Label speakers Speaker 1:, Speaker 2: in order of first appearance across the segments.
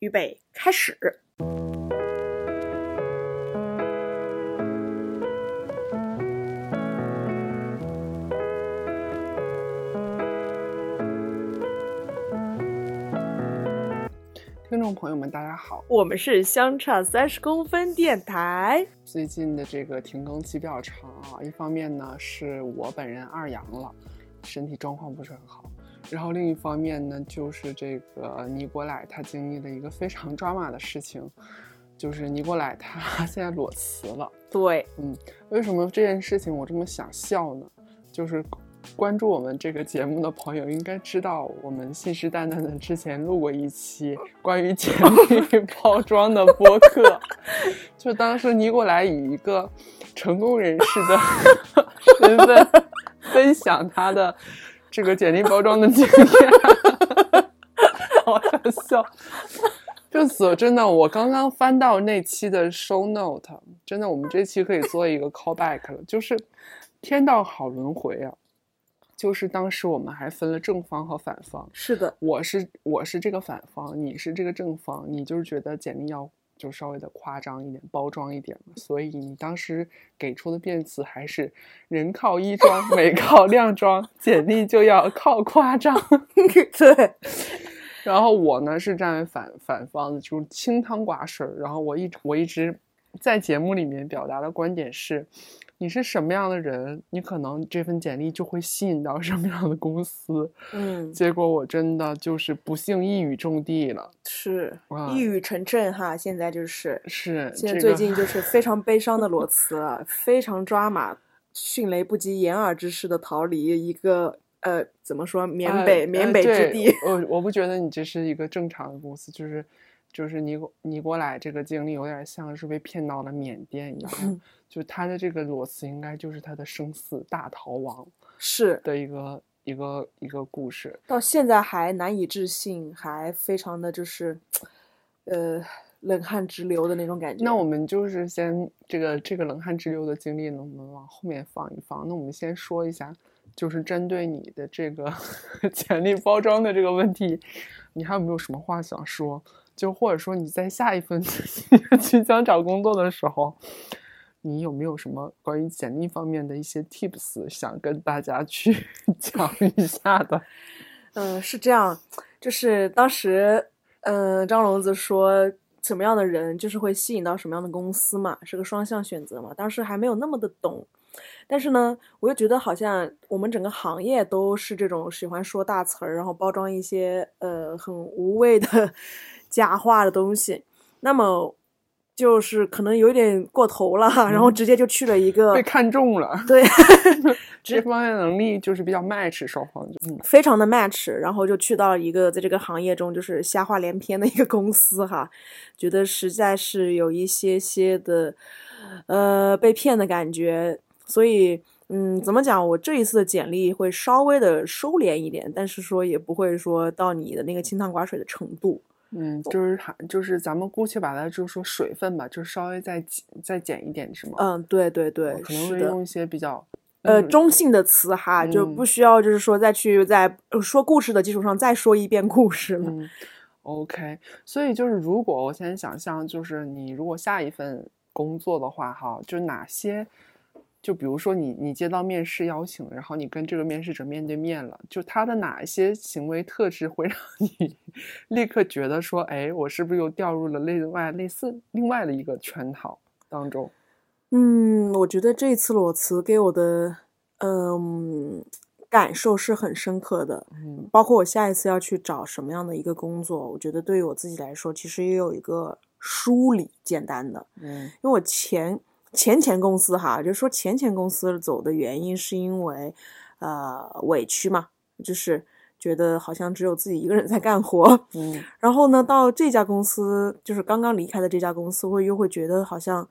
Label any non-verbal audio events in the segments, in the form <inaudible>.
Speaker 1: 预备，开始。
Speaker 2: 听众朋友们，大家好！
Speaker 1: 我们是相差三十公分电台，
Speaker 2: 最近的这个停更期比较长啊，一方面呢是我本人二阳了，身体状况不是很好，然后另一方面呢就是这个尼古莱他经历了一个非常抓马的事情，就是尼古莱他现在裸辞了。
Speaker 1: 对，
Speaker 2: 为什么这件事情我这么想笑呢？就是关注我们这个节目的朋友应该知道，我们信誓旦旦的之前录过一期关于简历包装的播客，就当时尼古莱以一个成功人士的身份分享他的这个简历包装的经验， <laughs> 好想笑。就死真的，我刚刚翻到那期的 show note，真的，我们这期可以做一个 callback 了，就是天道好轮回啊！就是当时我们还分了正方和反方，
Speaker 1: 是 <laughs> 的，
Speaker 2: 我是我是这个反方，你是这个正方，你就是觉得简历要就稍微的夸张一点，包装一点嘛，所以你当时给出的辩词还是人靠衣装， <laughs> 美靠靓装，简历就要靠夸张。
Speaker 1: 对，
Speaker 2: 然后我呢是站为反反方的，就是清汤寡水儿。然后我一直我一直在节目里面表达的观点是，你是什么样的人，你可能这份简历就会吸引到什么样的公司。
Speaker 1: 嗯，
Speaker 2: 结果我真的就是不幸一语中的了。
Speaker 1: 是
Speaker 2: 哇
Speaker 1: 一语成谶哈，现在就是，
Speaker 2: 是，
Speaker 1: 现在
Speaker 2: 这
Speaker 1: 最
Speaker 2: 个
Speaker 1: 近就是非常悲伤的裸辞了，非常抓马，迅雷不及掩耳之势的逃离一个呃，怎么说，缅
Speaker 2: 呃
Speaker 1: 北、
Speaker 2: 呃
Speaker 1: 缅北之
Speaker 2: 对
Speaker 1: 地，
Speaker 2: 我我不觉得你这是一个正常的公司，就是就是尼古尼古莱这个经历有点像是被骗到了缅甸一
Speaker 1: 嗯
Speaker 2: 样，就他的这个裸辞应该就是他的生死大逃亡
Speaker 1: 是
Speaker 2: 的一个一个一个故事。
Speaker 1: 到现在还难以置信，还非常的就是，呃，冷汗直流的那种感觉。
Speaker 2: 那我们就是先这个这个冷汗直流的经历呢，我们往后面放一放。那我们先说一下，就是针对你的这个 <laughs> 简历包装的这个问题，你还有没有什么话想说？就或者说你在下一份 <laughs> 即将找工作的时候，你有没有什么关于简历方面的一些 tips 想跟大家去 <laughs> 讲一下的？
Speaker 1: 嗯，是这样，就是当时，嗯，张聋子说什么样的人就是会吸引到什么样的公司嘛，是个双向选择嘛。当时还没有那么的懂，但是呢，我又觉得好像我们整个行业都是这种喜欢说大词儿，然后包装一些呃很无谓的 <laughs> 假话的东西，那么就是可能有点过头了，然后直接就去了一个
Speaker 2: 嗯被看中了，
Speaker 1: 对。
Speaker 2: 这方面能力就是比较 match 双方。嗯，
Speaker 1: 非常的 match，然后就去到了一个在这个行业中就是瞎话连篇的一个公司哈，觉得实在是有一些些的，呃，被骗的感觉，所以。嗯，怎么讲？我这一次的简历会稍微的收敛一点，但是说也不会说到你的那个清汤寡水的程度。
Speaker 2: 嗯，就是还就是咱们姑且把它就是说水分吧，就是稍微再减再减一点，是吗？
Speaker 1: 嗯，对对对
Speaker 2: 我，哦可能
Speaker 1: 是
Speaker 2: 会
Speaker 1: 的。
Speaker 2: 用一些比较
Speaker 1: 呃，
Speaker 2: 嗯
Speaker 1: 中性的词哈，就
Speaker 2: 嗯
Speaker 1: 不需要就是说再去在呃说故事的基础上再说一遍故事了。
Speaker 2: 嗯，OK。所以就是如果我现在想象，就是你如果下一份工作的话，哈，就哪些？就比如说你你接到面试邀请，然后你跟这个面试者面对面了，就他的哪一些行为特质会让你 <laughs> 立刻觉得说，哎，我是不是又掉入了另外类似另外的一个圈套当中？
Speaker 1: 嗯，我觉得这次裸辞给我的嗯感受是很深刻的，
Speaker 2: 嗯
Speaker 1: 包括我下一次要去找什么样的一个工作，我觉得对于我自己来说，其实也有一个梳理，简单的，
Speaker 2: 嗯
Speaker 1: 因为我前前前公司哈，就是说前前公司走的原因是因为呃委屈嘛，就是觉得好像只有自己一个人在干活，
Speaker 2: 嗯
Speaker 1: 然后呢，到这家公司，就是刚刚离开的这家公司，会又会觉得好像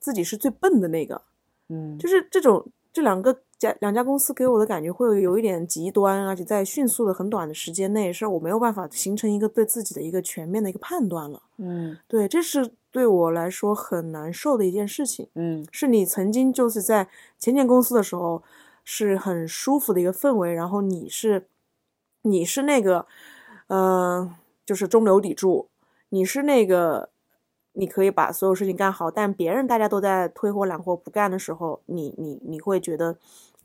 Speaker 1: 自己是最笨的那个，
Speaker 2: 嗯，
Speaker 1: 就是这种这两个家两家公司给我的感觉会有一点极端，而且在迅速的很短的时间内，是我没有办法形成一个对自己的一个全面的一个判断了。
Speaker 2: 嗯
Speaker 1: 对，这是对我来说很难受的一件事情。
Speaker 2: 嗯
Speaker 1: 是你曾经就是在前前公司的时候是很舒服的一个氛围，然后你是你是那个，呃，就是中流砥柱，你是那个你可以把所有事情干好，但别人大家都在推或揽或不干的时候，你你你会觉得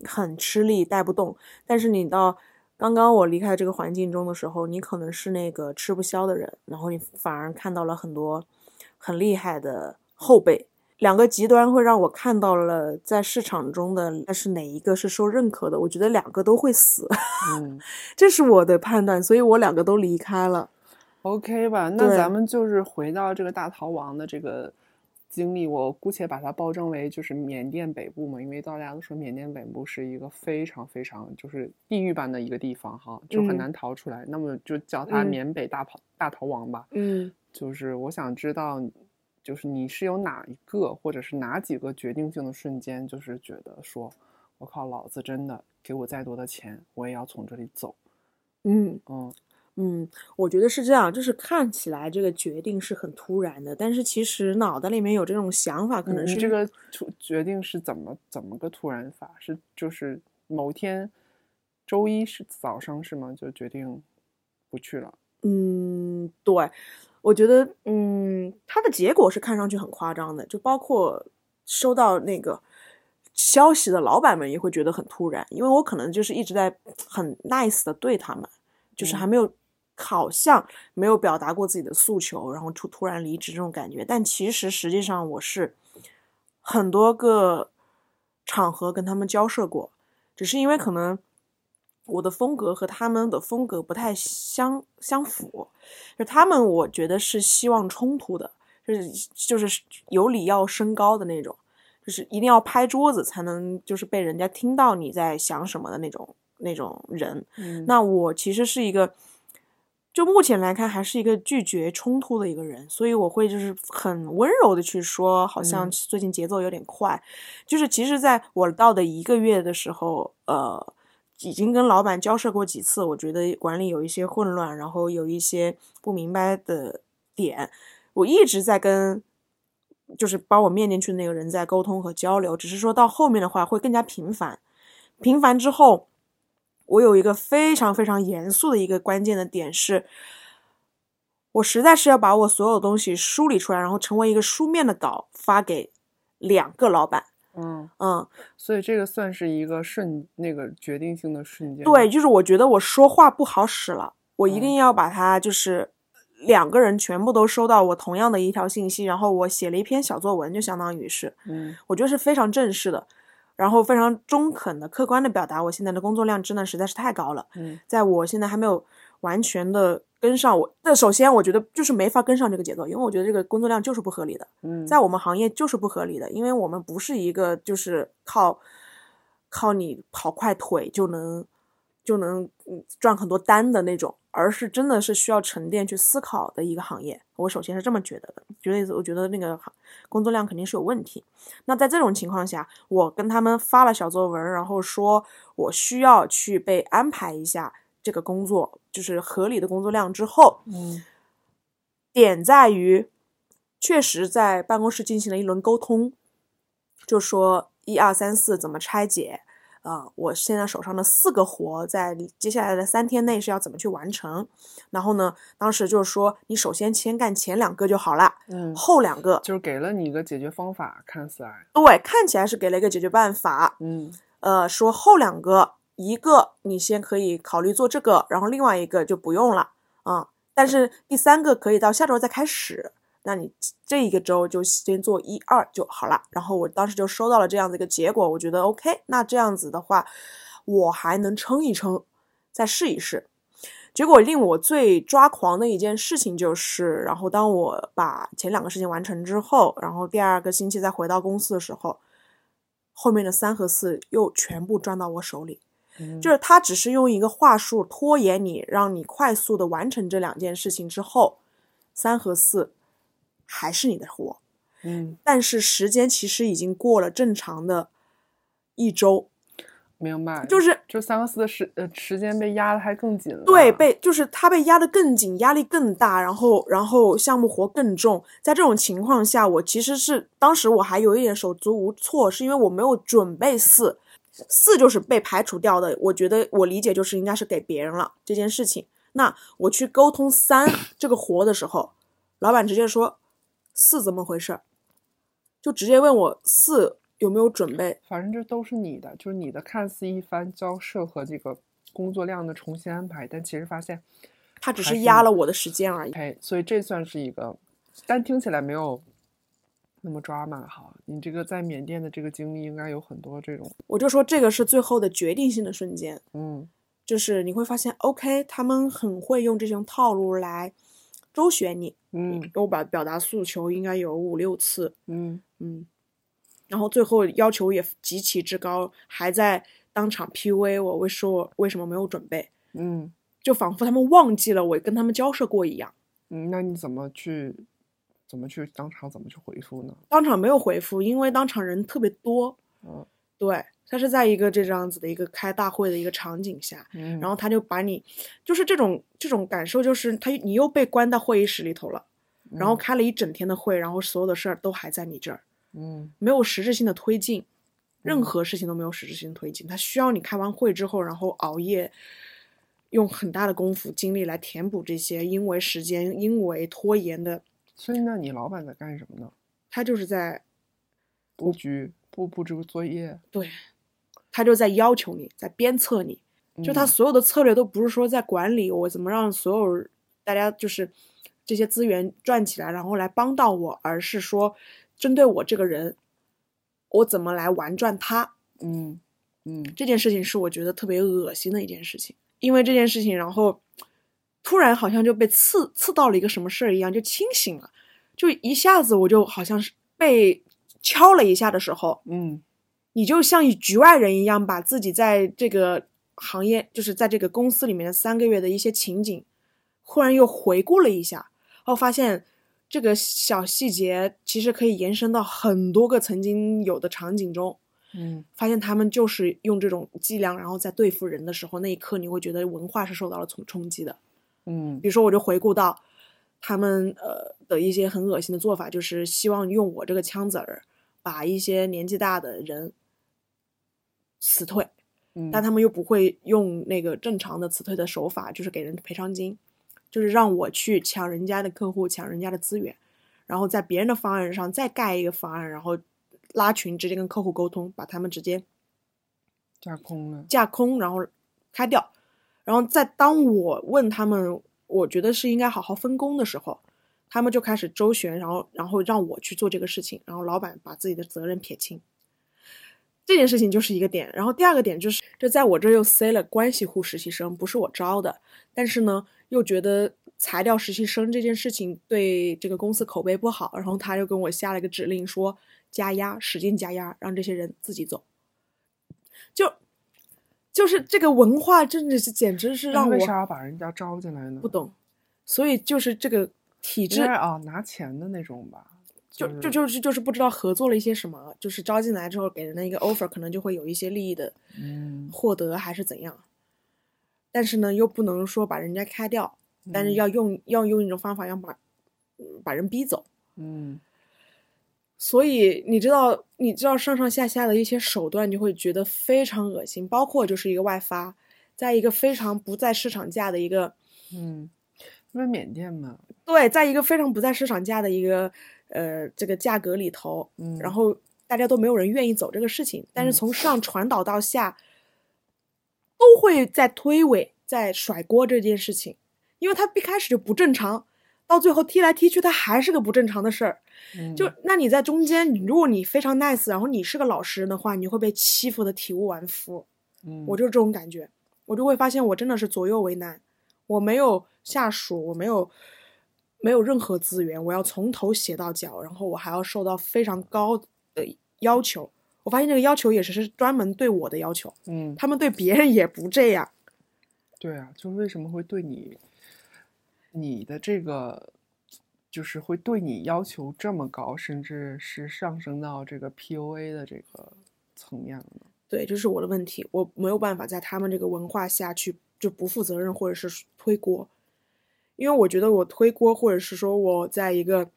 Speaker 1: 很吃力，带不动。但是你到刚刚我离开这个环境中的时候，你可能是那个吃不消的人，然后你反而看到了很多很厉害的后辈。两个极端会让我看到了在市场中的，但是哪一个是受认可的？我觉得两个都会死， <laughs>
Speaker 2: 嗯
Speaker 1: 这是我的判断，所以我两个都离开了。
Speaker 2: ，OK 吧？那
Speaker 1: 对
Speaker 2: 咱们就是回到这个大逃亡的这个经历，我姑且把它包装为就是缅甸北部嘛，因为大家都说缅甸北部是一个非常非常就是地狱般的一个地方哈，就很
Speaker 1: 嗯
Speaker 2: 难逃出来。那么就叫它
Speaker 1: 嗯
Speaker 2: 缅北大跑、大逃亡吧。
Speaker 1: 嗯
Speaker 2: 就是我想知道，就是你是有哪一个或者是哪几个决定性的瞬间，就是觉得说，我靠，老子真的给我再多的钱，我也要从这里走。
Speaker 1: 嗯
Speaker 2: 嗯
Speaker 1: 嗯，我觉得是这样，就是看起来这个决定是很突然的，但是其实脑袋里面有这种想法，可
Speaker 2: 你
Speaker 1: 能嗯是
Speaker 2: 嗯你这个突决定是怎么怎么个突然法？是就是某天周一是早上是吗？就决定不去了。
Speaker 1: 嗯，对，我觉得，嗯，它的结果是看上去很夸张的，就包括收到那个消息的老板们也会觉得很突然，因为我可能就是一直在很 nice 的对他们，就是
Speaker 2: 嗯
Speaker 1: 还没有好像没有表达过自己的诉求，然后突突然离职这种感觉，但其实实际上我是很多个场合跟他们交涉过，只是因为可能我的风格和他们的风格不太相相符，就他们我觉得是希望冲突的，就是就是有理要升高的那种，就是一定要拍桌子才能就是被人家听到你在想什么的那种那种人。
Speaker 2: 嗯
Speaker 1: 那我其实是一个。就目前来看，还是一个拒绝冲突的一个人，所以我会就是很温柔的去说，好像
Speaker 2: 嗯
Speaker 1: 最近节奏有点快，就是其实在我到的一个月的时候，呃，已经跟老板交涉过几次，我觉得管理有一些混乱，然后有一些不明白的点，我一直在跟。就是把我面进去的那个人在沟通和交流，只是说到后面的话会更加频繁。频繁之后，我有一个非常非常严肃的一个关键的点是，我实在是要把我所有东西梳理出来，然后成为一个书面的稿发给两个老板。
Speaker 2: 嗯，
Speaker 1: 嗯，
Speaker 2: 所以这个算是一个瞬那个决定性的瞬间。
Speaker 1: 对，，就是我觉得我说话不好使了，我一
Speaker 2: 嗯
Speaker 1: 定要把它就是两个人全部都收到我同样的一条信息，然后我写了一篇小作文，就相当于是，
Speaker 2: 嗯
Speaker 1: 我觉得是非常正式的，然后非常中肯的、客观的表达我现在的工作量真的实在是太高了，
Speaker 2: 嗯
Speaker 1: 在我现在还没有完全的跟上我，那首先我觉得就是没法跟上这个节奏，因为我觉得这个工作量就是不合理的。
Speaker 2: 嗯，
Speaker 1: 在我们行业就是不合理的，因为我们不是一个就是靠靠你跑快腿就能就能嗯赚很多单的那种，而是真的是需要沉淀去思考的一个行业。我首先是这么觉得的，觉得我觉得那个行工作量肯定是有问题。那在这种情况下，我跟他们发了小作文，然后说我需要去被安排一下这个工作，就是合理的工作量之后，
Speaker 2: 嗯
Speaker 1: 点在于，确实在办公室进行了一轮沟通，就说一二三四怎么拆解，啊、我现在手上的四个活在接下来的三天内是要怎么去完成。然后呢，当时就是说你首先先干前两个就好了，
Speaker 2: 嗯，
Speaker 1: 后两个
Speaker 2: 就是给了你一个解决方法，看似来，
Speaker 1: 对，看起来是给了一个解决办法，
Speaker 2: 嗯
Speaker 1: 呃，说后两个一个你先可以考虑做这个，然后另外一个就不用了啊、但是第三个可以到下周再开始，那你这一个周就先做一二就好了。然后我当时就收到了这样的一个结果，我觉得 OK，那这样子的话，我还能撑一撑，再试一试。结果令我最抓狂的一件事情就是，然后当我把前两个事情完成之后，然后第二个星期再回到公司的时候，后面的三和四又全部转到我手里。
Speaker 2: 嗯，
Speaker 1: 就是他只是用一个话术拖延你，让你快速的完成这两件事情之后，三和四还是你的活，
Speaker 2: 嗯，
Speaker 1: 但是时间其实已经过了正常的一周，
Speaker 2: 明白，
Speaker 1: 就是
Speaker 2: 就三个四的时呃时间被压的还更紧了。
Speaker 1: 对，被就是他被压得更紧，压力更大，然后然后项目活更重。在这种情况下，我其实是当时我还有一点手足无措，是因为我没有准备四，四就是被排除掉的。我觉得我理解就是应该是给别人了这件事情。那我去沟通三这个活的时候，老板直接说四怎么回事儿，就直接问我四有没有准备。
Speaker 2: 反正这都是你的，就是你的看似一番交涉和这个工作量的重新安排，但其实发现
Speaker 1: 他只
Speaker 2: 还
Speaker 1: 是
Speaker 2: 是
Speaker 1: 压了我的时间而已。
Speaker 2: 哎，所以这算是一个，但听起来没有那么抓马哈。你这个在缅甸的这个经历，应该有很多这种，
Speaker 1: 我就说这个是最后的决定性的瞬间，
Speaker 2: 嗯
Speaker 1: 就是你会发现，OK，他们很会用这种套路来周旋你。
Speaker 2: 嗯
Speaker 1: 我把表达诉求应该有五六次，
Speaker 2: 嗯，
Speaker 1: 嗯，然后最后要求也极其之高，还在当场 PUA 我，为说我为什么没有准备，
Speaker 2: 嗯
Speaker 1: 就仿佛他们忘记了我跟他们交涉过一样。
Speaker 2: 嗯，那你怎么去，怎么去当场怎么去回复呢？
Speaker 1: 当场没有回复，因为当场人特别多。
Speaker 2: 嗯
Speaker 1: 对，他是在一个这样子的一个开大会的一个场景下，
Speaker 2: 嗯
Speaker 1: 然后他就把你，就是这种这种感受，就是他你又被关到会议室里头了，然后开了一整天的会，然后所有的事儿都还在你这儿，
Speaker 2: 嗯
Speaker 1: 没有实质性的推进，任
Speaker 2: 嗯
Speaker 1: 何事情都没有实质性的推进。他需要你开完会之后，然后熬夜，用很大的功夫精力来填补这些因为时间、因为拖延的，
Speaker 2: 所以那你老板在干什么呢？
Speaker 1: 他就是在
Speaker 2: 布局布布置作业，
Speaker 1: 对，他就在要求你，在鞭策你，就他
Speaker 2: 嗯
Speaker 1: 所有的策略都不是说在管理我怎么让所有大家就是这些资源赚起来，然后来帮到我，而是说针对我这个人，我怎么来玩转他
Speaker 2: 嗯嗯
Speaker 1: 这件事情是我觉得特别恶心的一件事情，因为这件事情，然后突然好像就被刺刺到了一个什么事儿一样，就清醒了，就一下子我就好像是被敲了一下的时候，
Speaker 2: 嗯
Speaker 1: 你就像一局外人一样，把自己在这个行业，就是在这个公司里面的三个月的一些情景，忽然又回顾了一下，然后发现这个小细节其实可以延伸到很多个曾经有的场景中。
Speaker 2: 嗯
Speaker 1: 发现他们就是用这种伎俩，然后在对付人的时候，那一刻你会觉得文化是受到了冲冲击的。
Speaker 2: 嗯
Speaker 1: 比如说，我就回顾到他们呃的一些很恶心的做法，就是希望用我这个枪子儿把一些年纪大的人辞退，
Speaker 2: 嗯，
Speaker 1: 但他们又不会用那个正常的辞退的手法，就是给人赔偿金，就是让我去抢人家的客户，抢人家的资源，然后在别人的方案上再盖一个方案，然后拉群直接跟客户沟通，把他们直接
Speaker 2: 架空了，
Speaker 1: 架空，然后开掉。然后在当我问他们，我觉得是应该好好分工的时候，他们就开始周旋，然后然后让我去做这个事情，然后老板把自己的责任撇清。这件事情就是一个点，然后第二个点就是，就在我这儿又塞了关系户实习生，不是我招的，但是呢，又觉得裁掉实习生这件事情对这个公司口碑不好，然后他就跟我下了个指令说加压，使劲加压，让这些人自己走。就就是这个文化，真的是简直是
Speaker 2: 那
Speaker 1: 让
Speaker 2: 哎为
Speaker 1: 我
Speaker 2: 啥要把人家招进来呢？
Speaker 1: 不懂，所以就是这个体
Speaker 2: 应
Speaker 1: 制
Speaker 2: 该啊，拿钱的那种吧，
Speaker 1: 就就是就是就是不知道合作了一些什么，就是招进来之后给人的一个 offer，可能就会有一些利益的
Speaker 2: 嗯，
Speaker 1: 获得还是怎样，但是呢又不能说把人家开掉，但是
Speaker 2: 嗯
Speaker 1: 要用、要用一种方法要把嗯把人逼走，
Speaker 2: 嗯
Speaker 1: 所以你知道你知道上上下下的一些手段，就会觉得非常恶心，包括就是一个外发，在一个非常不在市场价的一个。
Speaker 2: 嗯，因为缅甸嘛，
Speaker 1: 对，在一个非常不在市场价的一个呃这个价格里头，
Speaker 2: 嗯，
Speaker 1: 然后大家都没有人愿意走这个事情，但是
Speaker 2: 嗯
Speaker 1: 从上传导到下，都会在推诿、在甩锅这件事情，因为它一开始就不正常，到最后踢来踢去，它还是个不正常的事儿。
Speaker 2: 嗯
Speaker 1: 就那你在中间，你如果你非常 nice，然后你是个老实人的话，你会被欺负的体无完肤。
Speaker 2: 嗯
Speaker 1: 我就是这种感觉，我就会发现我真的是左右为难，我没有下属，我没有没有任何资源，我要从头写到脚，然后我还要受到非常高的要求。我发现这个要求也只是专门对我的要求，
Speaker 2: 嗯，
Speaker 1: 他们对别人也不这样。
Speaker 2: 对啊，就为什么会对你，你的这个就是会对你要求这么高，甚至是上升到这个 PUA 的这个层面了呢？
Speaker 1: 对，这是我的问题，我没有办法在他们这个文化下去就不负责任或者是推锅，因为我觉得我推锅或者是说我在一个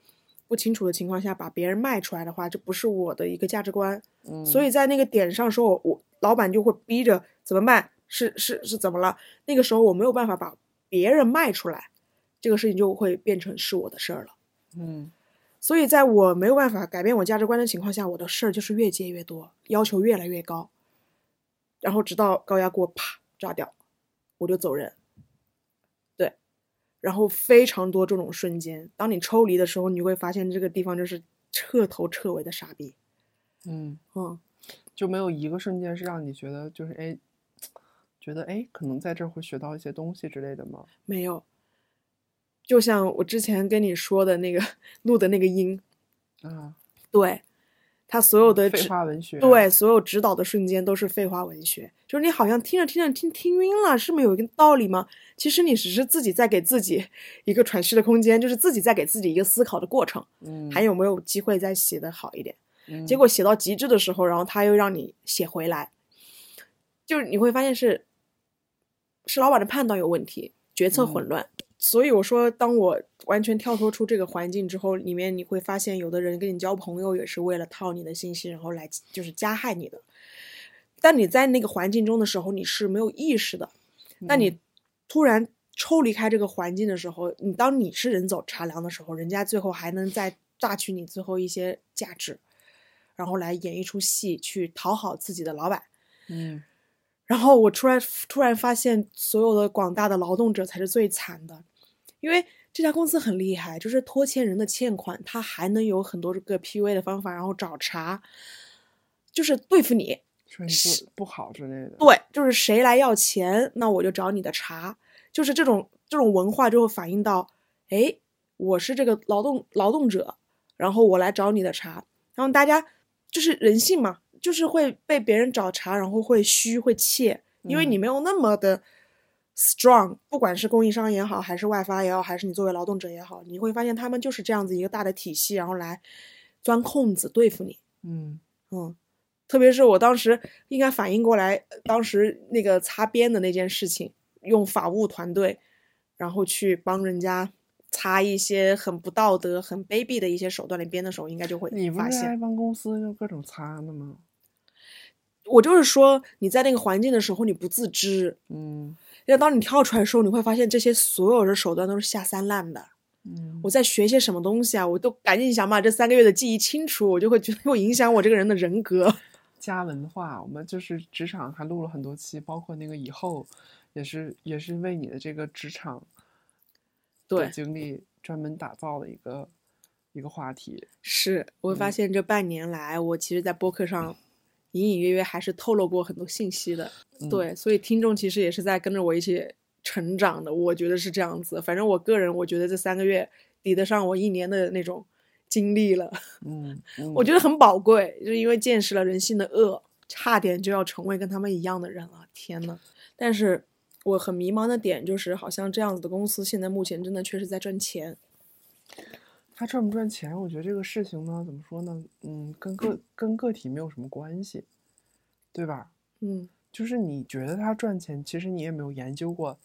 Speaker 1: 不清楚的情况下把别人卖出来的话，这不是我的一个价值观，
Speaker 2: 嗯，
Speaker 1: 所以在那个点上时候，我老板就会逼着怎么办？是是是怎么了？那个时候我没有办法把别人卖出来，这个事情就会变成是我的事儿了。
Speaker 2: 嗯
Speaker 1: 所以在我没有办法改变我价值观的情况下，我的事儿就是越接越多，要求越来越高，然后直到高压锅啪炸掉，我就走人。对，然后非常多这种瞬间，当你抽离的时候，你会发现这个地方就是彻头彻尾的傻逼。
Speaker 2: 嗯，
Speaker 1: 嗯，
Speaker 2: 就没有一个瞬间是让你觉得就是哎，觉得哎，可能在这儿会学到一些东西之类的吗？
Speaker 1: 没有。就像我之前跟你说的那个录的那个音，
Speaker 2: 啊，
Speaker 1: 对，他所有的
Speaker 2: 废
Speaker 1: 指
Speaker 2: 话文学，
Speaker 1: 对，所有指导的瞬间都是废话文学，就是你好像听着听着听听晕了，是没有一个道理吗？其实你只是自己在给自己一个喘息的空间，就是自己在给自己一个思考的过程，
Speaker 2: 嗯，
Speaker 1: 还有没有机会再写的好一点？
Speaker 2: 嗯
Speaker 1: 结果写到极致的时候，然后他又让你写回来，就是你会发现是是老板的判断有问题，决策混乱。所以我说，当我完全跳脱出这个环境之后，里面你会发现，有的人跟你交朋友也是为了套你的信息，然后来就是加害你的。但你在那个环境中的时候，你是没有意识的。但你突然抽离开这个环境的时候，你当你是人走茶凉的时候，人家最后还能再榨取你最后一些价值，然后来演一出戏去讨好自己的老板。
Speaker 2: 嗯
Speaker 1: 然后我突然突然发现，所有的广大的劳动者才是最惨的，因为这家公司很厉害，就是拖欠人的欠款，他还能有很多这个 PUA 的方法，然后找茬，就是对付你。
Speaker 2: 说你做得不好之类的，
Speaker 1: 对，就是谁来要钱，那我就找你的茬，就是这种这种文化就会反映到，哎，我是这个劳动劳动者，然后我来找你的茬，然后大家就是人性嘛，就是会被别人找茬，然后会虚会怯，因为你没有那么的 strong，、不管是供应商也好，还是外发也好，还是你作为劳动者也好，你会发现他们就是这样子一个大的体系，然后来钻空子对付你。
Speaker 2: 嗯
Speaker 1: 嗯，特别是我当时应该反应过来，呃当时那个擦边的那件事情，用法务团队，然后去帮人家擦一些很不道德、很卑鄙的一些手段的边的时候，应该就会
Speaker 2: 你不
Speaker 1: 发
Speaker 2: 是啊
Speaker 1: 现
Speaker 2: 还。帮公司就各种擦呢吗？
Speaker 1: 我就是说，你在那个环境的时候，你不自知，
Speaker 2: 嗯
Speaker 1: 要当你跳出来的时候，你会发现这些所有的手段都是下三滥的。
Speaker 2: 嗯，
Speaker 1: 我在学些什么东西啊？我都赶紧想把这三个月的记忆清除，我就会觉得会影响我这个人的人格。 <laughs>
Speaker 2: 家文化，我们就是职场还录了很多期，包括那个以后也是也是为你的这个职场的
Speaker 1: 对
Speaker 2: 经历专门打造了一个一个话题。
Speaker 1: 是我发
Speaker 2: 嗯
Speaker 1: 现这半年来，我其实，在播客上隐隐约约还是透露过很多信息的。
Speaker 2: 嗯，
Speaker 1: 对，所以听众其实也是在跟着我一起成长的，我觉得是这样子。反正我个人，我觉得这三个月抵得上我一年的那种经历了，
Speaker 2: 嗯，嗯
Speaker 1: <laughs> 我觉得很宝贵，就是因为见识了人性的恶，差点就要成为跟他们一样的人了。天呐，但是我很迷茫的点就是，好像这样子的公司现在目前真的确实在赚钱。
Speaker 2: 他赚不赚钱，我觉得这个事情呢，怎么说呢？嗯，跟个跟个体没有什么关系，对吧？
Speaker 1: 嗯，
Speaker 2: 就是你觉得他赚钱，其实你也没有研究过，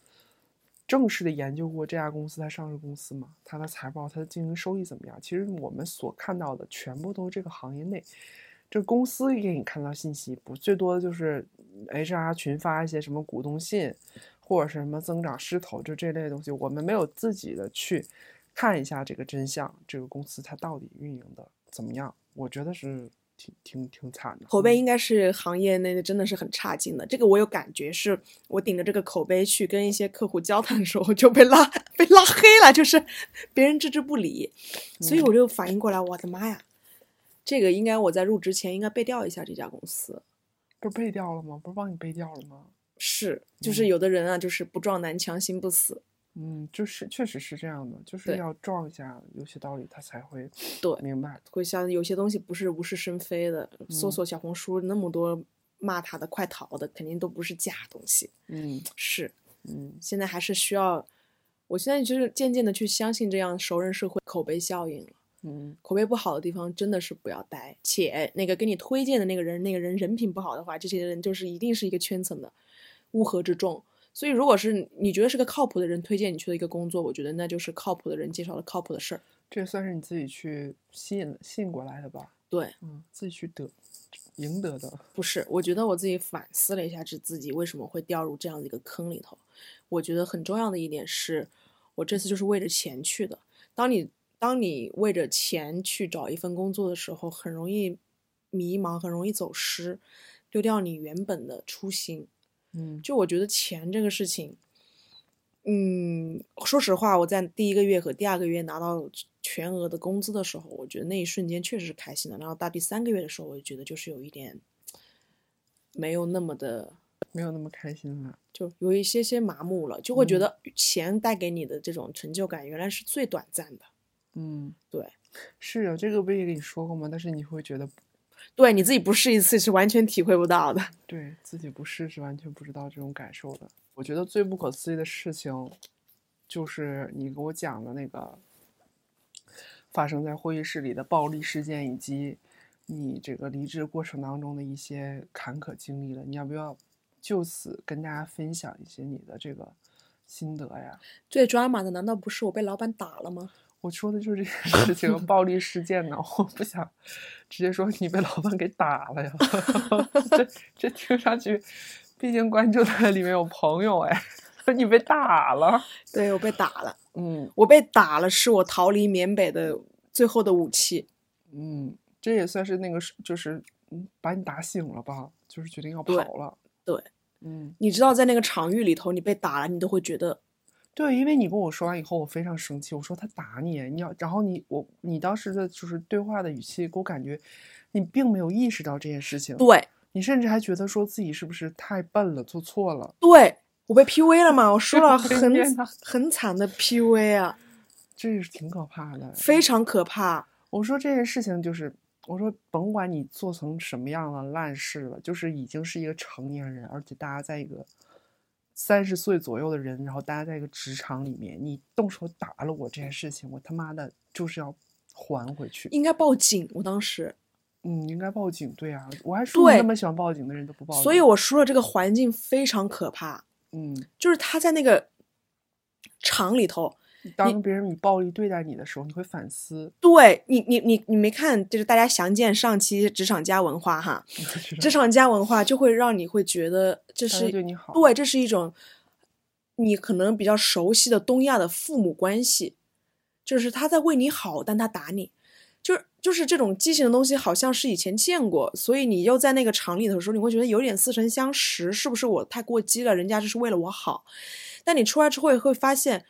Speaker 2: 正式的研究过这家公司它上市公司嘛，它的财报、它的经营收益怎么样？其实我们所看到的全部都是这个行业内，这公司给你看到信息，不最多的就是 HR 群发一些什么股东信，或者是什么增长势头，就这类东西，我们没有自己的去看一下这个真相，这个公司它到底运营的怎么样？我觉得是挺挺挺惨的。
Speaker 1: 口碑
Speaker 2: 嗯
Speaker 1: 应该是行业内的真的是很差劲的，这个我有感觉，是我顶着这个口碑去跟一些客户交谈的时候就被拉被拉黑了，就是别人置之不理，所以
Speaker 2: 嗯
Speaker 1: 我就反应过来，我的妈呀，这个应该我在入职前应该背调一下这家公司，
Speaker 2: 不是背掉了吗？不是帮你背掉了吗？
Speaker 1: 是就是
Speaker 2: 嗯
Speaker 1: 有的人啊，就是不撞南墙心不死，
Speaker 2: 嗯，就是确实是这样的，就是
Speaker 1: 对
Speaker 2: 要撞一下有些道理，他才会
Speaker 1: 对
Speaker 2: 明白。
Speaker 1: 会像有些东西不是无事生非的，搜
Speaker 2: 嗯
Speaker 1: 索小红书那么多骂他的、快逃的，肯定都不是假东西，
Speaker 2: 嗯
Speaker 1: 是。
Speaker 2: 嗯
Speaker 1: 现在还是需要，我现在就是渐渐的去相信这样熟人社会口碑效应了。
Speaker 2: 嗯
Speaker 1: 口碑不好的地方真的是不要待，且那个给你推荐的那个人，那个人人品不好的话，这些人就是一定是一个圈层的乌合之众。所以，如果是你觉得是个靠谱的人推荐你去的一个工作，我觉得那就是靠谱的人介绍了靠谱的事儿。
Speaker 2: 这算是你自己去吸引吸引过来的吧？
Speaker 1: 对，
Speaker 2: 嗯，自己去得赢得的。
Speaker 1: 不是，我觉得我自己反思了一下，这自己为什么会掉入这样的一个坑里头。我觉得很重要的一点是，我这次就是为着钱去的。当你当你为着钱去找一份工作的时候，很容易迷茫，很容易走失，丢掉你原本的初心。
Speaker 2: 嗯
Speaker 1: 就我觉得钱这个事情，嗯，说实话，我在第一个月和第二个月拿到全额的工资的时候，我觉得那一瞬间确实是开心的。然后到第三个月的时候，我就觉得就是有一点没有那么的，
Speaker 2: 没有那么开心了。
Speaker 1: 就有一些些麻木了，就会觉
Speaker 2: 嗯
Speaker 1: 得钱带给你的这种成就感原来是最短暂的。
Speaker 2: 嗯，
Speaker 1: 对，
Speaker 2: 是啊有这个不也跟你说过吗？但是你会觉得
Speaker 1: 对你自己不试一次是完全体会不到的。 <laughs>
Speaker 2: 对自己不试是完全不知道这种感受的。我觉得最不可思议的事情，就是你给我讲的那个发生在会议室里的暴力事件，以及你这个离职过程当中的一些坎坷经历了。你要不要就此跟大家分享一些你的这个心得呀？
Speaker 1: 最抓马的难道不是我被老板打了吗？
Speaker 2: 我说的就是这件事情， <laughs> 暴力事件呢，我不想直接说你被老板给打了呀， <laughs> 这这听上去，毕竟关注的里面有朋友哎， <laughs> 说你被打了，
Speaker 1: 对我被打了，
Speaker 2: 嗯
Speaker 1: 我被打了是我逃离缅北的最后的武器。
Speaker 2: 嗯，这也算是那个是就是嗯把你打醒了吧，就是决定要跑
Speaker 1: 对
Speaker 2: 了，
Speaker 1: 对，
Speaker 2: 嗯，
Speaker 1: 你知道，在那个场域里头，你被打了，你都会觉得
Speaker 2: 对，因为你跟我说完以后，我非常生气，我说他打你，你要，然后你我你当时的就是对话的语气，给我感觉你并没有意识到这件事情，
Speaker 1: 对
Speaker 2: 你甚至还觉得说自己是不是太笨了，做错了，
Speaker 1: 对，我被 PUA 了嘛，我说
Speaker 2: <laughs>
Speaker 1: 了
Speaker 2: 被
Speaker 1: 很
Speaker 2: 虐到
Speaker 1: 很惨的 PUA 啊，
Speaker 2: 这是挺可怕的。
Speaker 1: 非常可怕。
Speaker 2: 我说这件事情就是，我说甭管你做成什么样的烂事了，就是已经是一个成年人，而且大家在一个三十岁左右的人，然后大家在一个职场里面，你动手打了我这件事情，我他妈的就是要还回去。
Speaker 1: 应该报警，我当时，
Speaker 2: 嗯，应该报警，对啊，我还说你
Speaker 1: 对
Speaker 2: 那么喜欢报警的人都不报警，
Speaker 1: 所以我说了这个环境非常可怕，
Speaker 2: 嗯，
Speaker 1: 就是他在那个场里头，
Speaker 2: 当别人以暴力对待你的时候，你会反思。
Speaker 1: 对你你你你没看，就是大家详见上期职场家文化哈，职场家文化就会让你会觉得这
Speaker 2: 大家
Speaker 1: 是
Speaker 2: 对你好
Speaker 1: 对，这是一种你可能比较熟悉的东亚的父母关系，就是他在为你好，但他打你，就是就是这种畸形的东西，好像是以前见过，所以你又在那个场里头的时候，你会觉得有点似曾相识，是不是我太过激了？人家就是为了我好，但你出来之后也会发现，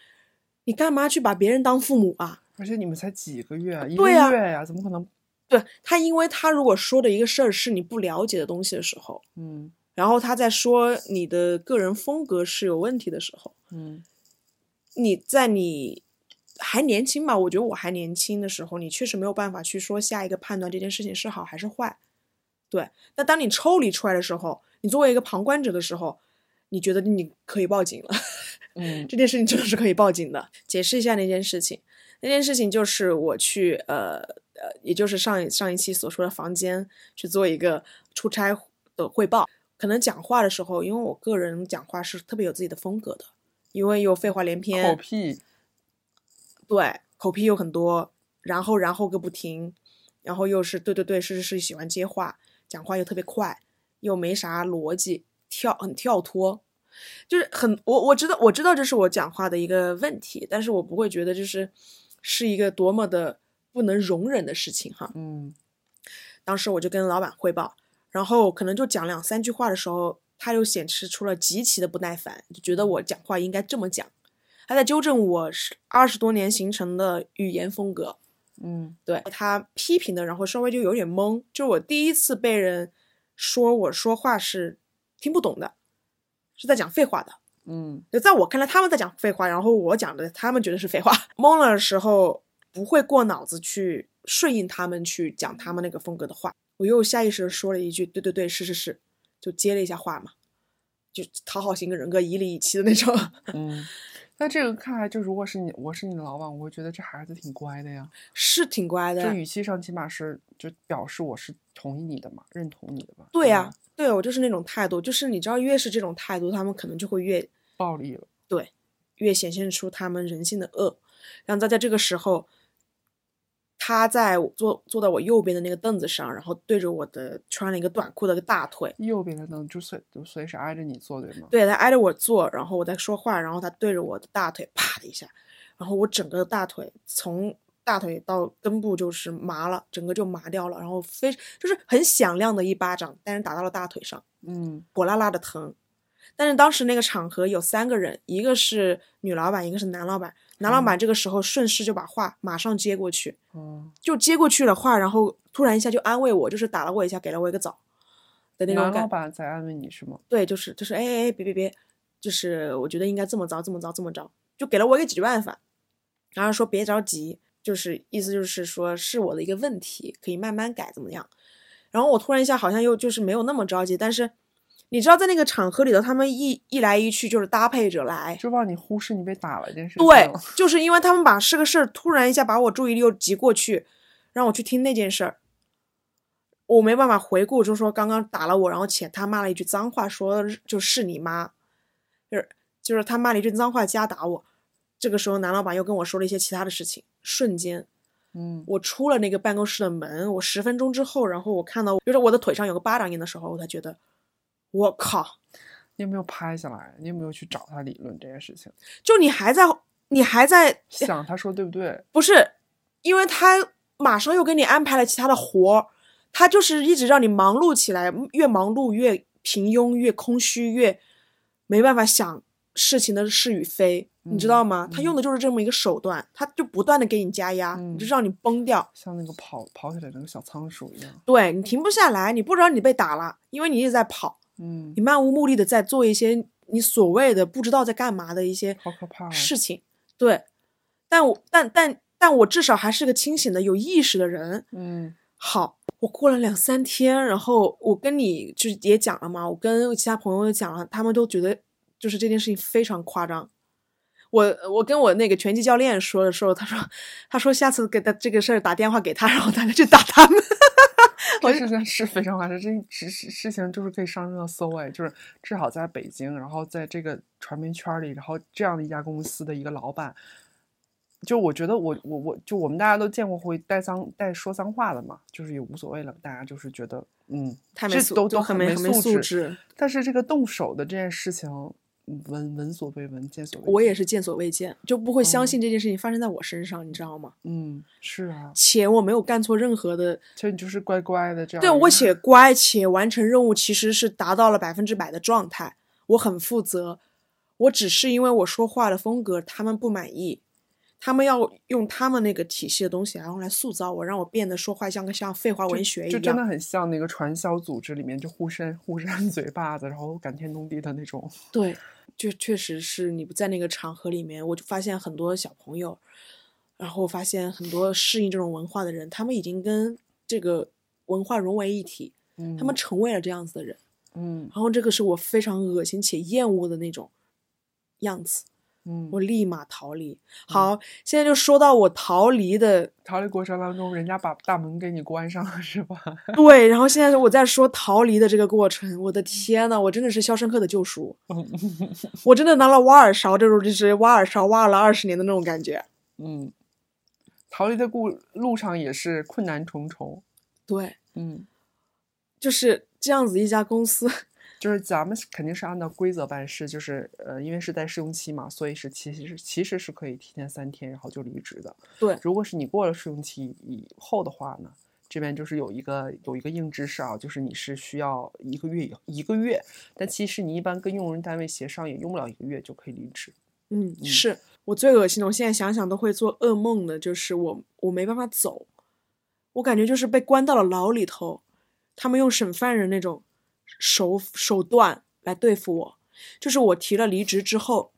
Speaker 1: 你干嘛去把别人当父母啊？
Speaker 2: 而且你们才几个月啊，一个
Speaker 1: 对呀
Speaker 2: 月呀、怎么可能？
Speaker 1: 对他，因为他如果说的一个事儿是你不了解的东西的时候，
Speaker 2: 嗯
Speaker 1: 然后他在说你的个人风格是有问题的时候，
Speaker 2: 嗯
Speaker 1: 你在你还年轻吧，我觉得我还年轻的时候，你确实没有办法去说下一个判断这件事情是好还是坏。对，那当你抽离出来的时候，你作为一个旁观者的时候，你觉得你可以报警了。
Speaker 2: 嗯
Speaker 1: 这件事情真的是可以报警的。解释一下那件事情，那件事情就是我去呃呃，也就是上一上一期所说的房间去做一个出差的汇报。可能讲话的时候，因为我个人讲话是特别有自己的风格的，因为有废话连篇，
Speaker 2: 口癖，
Speaker 1: 对，口癖又很多，然后然后个不停，然后又是对对对，是是是喜欢接话，讲话又特别快，又没啥逻辑，跳很跳脱，就是很我我知道我知道这是我讲话的一个问题，但是我不会觉得就是是一个多么的不能容忍的事情哈。
Speaker 2: 嗯
Speaker 1: 当时我就跟老板汇报，然后可能就讲两三句话的时候，他又显示出了极其的不耐烦，就觉得我讲话应该这么讲，他在纠正我是二十多年形成的语言风格。
Speaker 2: 嗯
Speaker 1: 对他批评的，然后稍微就有点懵，就是我第一次被人说我说话是听不懂的，是在讲废话的。
Speaker 2: 嗯
Speaker 1: 就在我看来，他们在讲废话，然后我讲的他们觉得是废话。懵了的时候不会过脑子去顺应他们去讲他们那个风格的话，我又下意识的说了一句“对对对，是是是”，就接了一下话嘛，就讨好型人格以里以气的那种。 <laughs>
Speaker 2: <laughs> 嗯。在这个看来，就如果是你，我是你的老板，我会觉得这孩子挺乖的呀。
Speaker 1: 是挺乖的
Speaker 2: 这
Speaker 1: 呀，
Speaker 2: 语气上起码是就表示我是同意你的嘛，认同你的嘛。
Speaker 1: 对呀、啊
Speaker 2: 吧
Speaker 1: 对我就是那种态度，就是你知道，越是这种态度，他们可能就会越
Speaker 2: 暴力了。
Speaker 1: 越显现出他们人性的恶。然后在在这个时候，他在我坐坐到我右边的那个凳子上，然后对着我的穿了一个短裤的大腿，
Speaker 2: 右边的灯就随就随时挨着你坐，对吗？
Speaker 1: 对他挨着我坐，然后我在说话，然后他对着我的大腿啪的一下，然后我整个大腿从大腿到根部就是麻了，整个就麻掉了，然后非就是很响亮的一巴掌，但是打到了大腿上，
Speaker 2: 嗯
Speaker 1: 火辣辣的疼。但是当时那个场合有三个人，一个是女老板，一个是男老板。男
Speaker 2: 嗯
Speaker 1: 老板这个时候顺势就把话马上接过去，
Speaker 2: 哦，
Speaker 1: 就接过去了话，然后突然一下就安慰我，就是打了我一下，给了我一个枣的那种
Speaker 2: 男
Speaker 1: 感
Speaker 2: 老。板在安慰你是吗？
Speaker 1: 对，就是就是，哎哎哎，别别别，就是我觉得应该这么着，这么着，这么着，就给了我一个解决办法，然后说别着急，就是意思就是说是我的一个问题，可以慢慢改，怎么样？然后我突然一下好像又就是没有那么着急，但是你知道在那个场合里头，他们一一来一去就是搭配着来，
Speaker 2: 就忘你忽视你被打了这件事情
Speaker 1: 对
Speaker 2: 了，
Speaker 1: 就是因为他们把这个事儿突然一下把我注意力又集过去，让我去听那件事儿，我没办法回顾，就说刚刚打了我，然后且他骂了一句脏话，说就是你妈，就是就是他骂了一句脏话加打我。这个时候，男老板又跟我说了一些其他的事情，瞬间
Speaker 2: 嗯，
Speaker 1: 我出了那个办公室的门，我十分钟之后，然后我看到，就是我的腿上有个巴掌印的时候，我才觉得，我靠，
Speaker 2: 你有没有拍下来？你有没有去找他理论这件事情？
Speaker 1: 就你还在，你还在
Speaker 2: 想他说 <laughs> 对不对？
Speaker 1: 不是，因为他马上又给你安排了其他的活儿，他就是一直让你忙碌起来，越忙碌越平庸，越空虚，越没办法想事情的是与非，你知道吗？
Speaker 2: 嗯
Speaker 1: 他用的就是这么一个手段，他就不断的给你加压，
Speaker 2: 嗯
Speaker 1: 就让你崩掉。
Speaker 2: 像那个跑跑起来那个小仓鼠一样，
Speaker 1: 对你停不下来，你不知道你被打了，因为你一直在跑，
Speaker 2: 嗯
Speaker 1: 你，漫无目的的在做一些你所谓的不知道在干嘛的一些
Speaker 2: 好可怕、啊，
Speaker 1: 事情。对，但我但但但我至少还是个清醒的、有意识的人。
Speaker 2: 嗯
Speaker 1: 好，我过了两三天，然后我跟你就也讲了嘛，我跟其他朋友也讲了，他们都觉得就是这件事情非常夸张。我我跟我那个拳击教练说的时候，他说他说下次给他这个事儿打电话给他，然后他就去打他们。
Speaker 2: 这事情是非常夸张，这事事事情就是可以上热搜哎，就是至少在北京，然后在这个传媒圈里，然后这样的一家公司的一个老板，就我觉得我我我就我们大家都见过会带脏带说脏话的嘛，就是也无所谓了，大家就是觉得嗯，
Speaker 1: <laughs> 太没
Speaker 2: 这
Speaker 1: 素，
Speaker 2: 都
Speaker 1: 就
Speaker 2: 都
Speaker 1: 很
Speaker 2: 没
Speaker 1: 很没素
Speaker 2: 素
Speaker 1: 质。
Speaker 2: 但是这个动手的这件事情，闻闻所未闻，见所未
Speaker 1: 我也
Speaker 2: 见
Speaker 1: 是见所未见，就不会相
Speaker 2: 嗯
Speaker 1: 信这件事情发生在我身上，你知道吗？
Speaker 2: 嗯是啊，
Speaker 1: 且我没有干错任何的
Speaker 2: 其实你就是乖乖的这样一
Speaker 1: 对
Speaker 2: 个人，
Speaker 1: 我且乖且完成任务，其实是达到了百分之百的状态。我很负责，我只是因为我说话的风格他们不满意，他们要用他们那个体系的东西，然后来塑造我，让我变得说话像个像废话文学一
Speaker 2: 就真的
Speaker 1: 样。
Speaker 2: 很像那个传销组织里面就互扇互扇 <laughs> 嘴巴子，然后感天动地的那种。
Speaker 1: 对，就确实是你不在那个场合里面，我就发现很多小朋友，然后发现很多适应这种文化的人，他们已经跟这个文化融为一体，
Speaker 2: 嗯
Speaker 1: 他们成为了这样子的人。
Speaker 2: 嗯
Speaker 1: 然后这个是我非常恶心且厌恶的那种样子，
Speaker 2: 嗯，
Speaker 1: 我立马逃离。好，现在就说到我逃离的
Speaker 2: 逃离过程当中，人家把大门给你关上了是吧？ <laughs>
Speaker 1: 对，然后现在我在说逃离的这个过程，我的天呐，我真的是《肖申克的救赎》，我真的拿了挖耳勺这种就是挖耳勺挖了二十年的那种感觉。
Speaker 2: 嗯，逃离的故路上也是困难重重。
Speaker 1: 对，
Speaker 2: 嗯，
Speaker 1: 就是这样子一家公司， <laughs>
Speaker 2: 就是咱们是肯定是按照规则办事，就是呃，因为是在试用期嘛，所以是其实是其实是可以提前三天然后就离职的。
Speaker 1: 对
Speaker 2: 如果是你过了试用期以后的话呢，这边就是有一个有一个硬知识啊，就是你是需要一个月以一个月，但其实你一般跟用人单位协商也用不了一个月就可以离职。
Speaker 1: 嗯，
Speaker 2: 嗯
Speaker 1: 是我最恶心的，我现在想想都会做噩梦的，就是我我没办法走，我感觉就是被关到了牢里头，他们用审犯人那种手手段来对付我，就是我提了离职之后，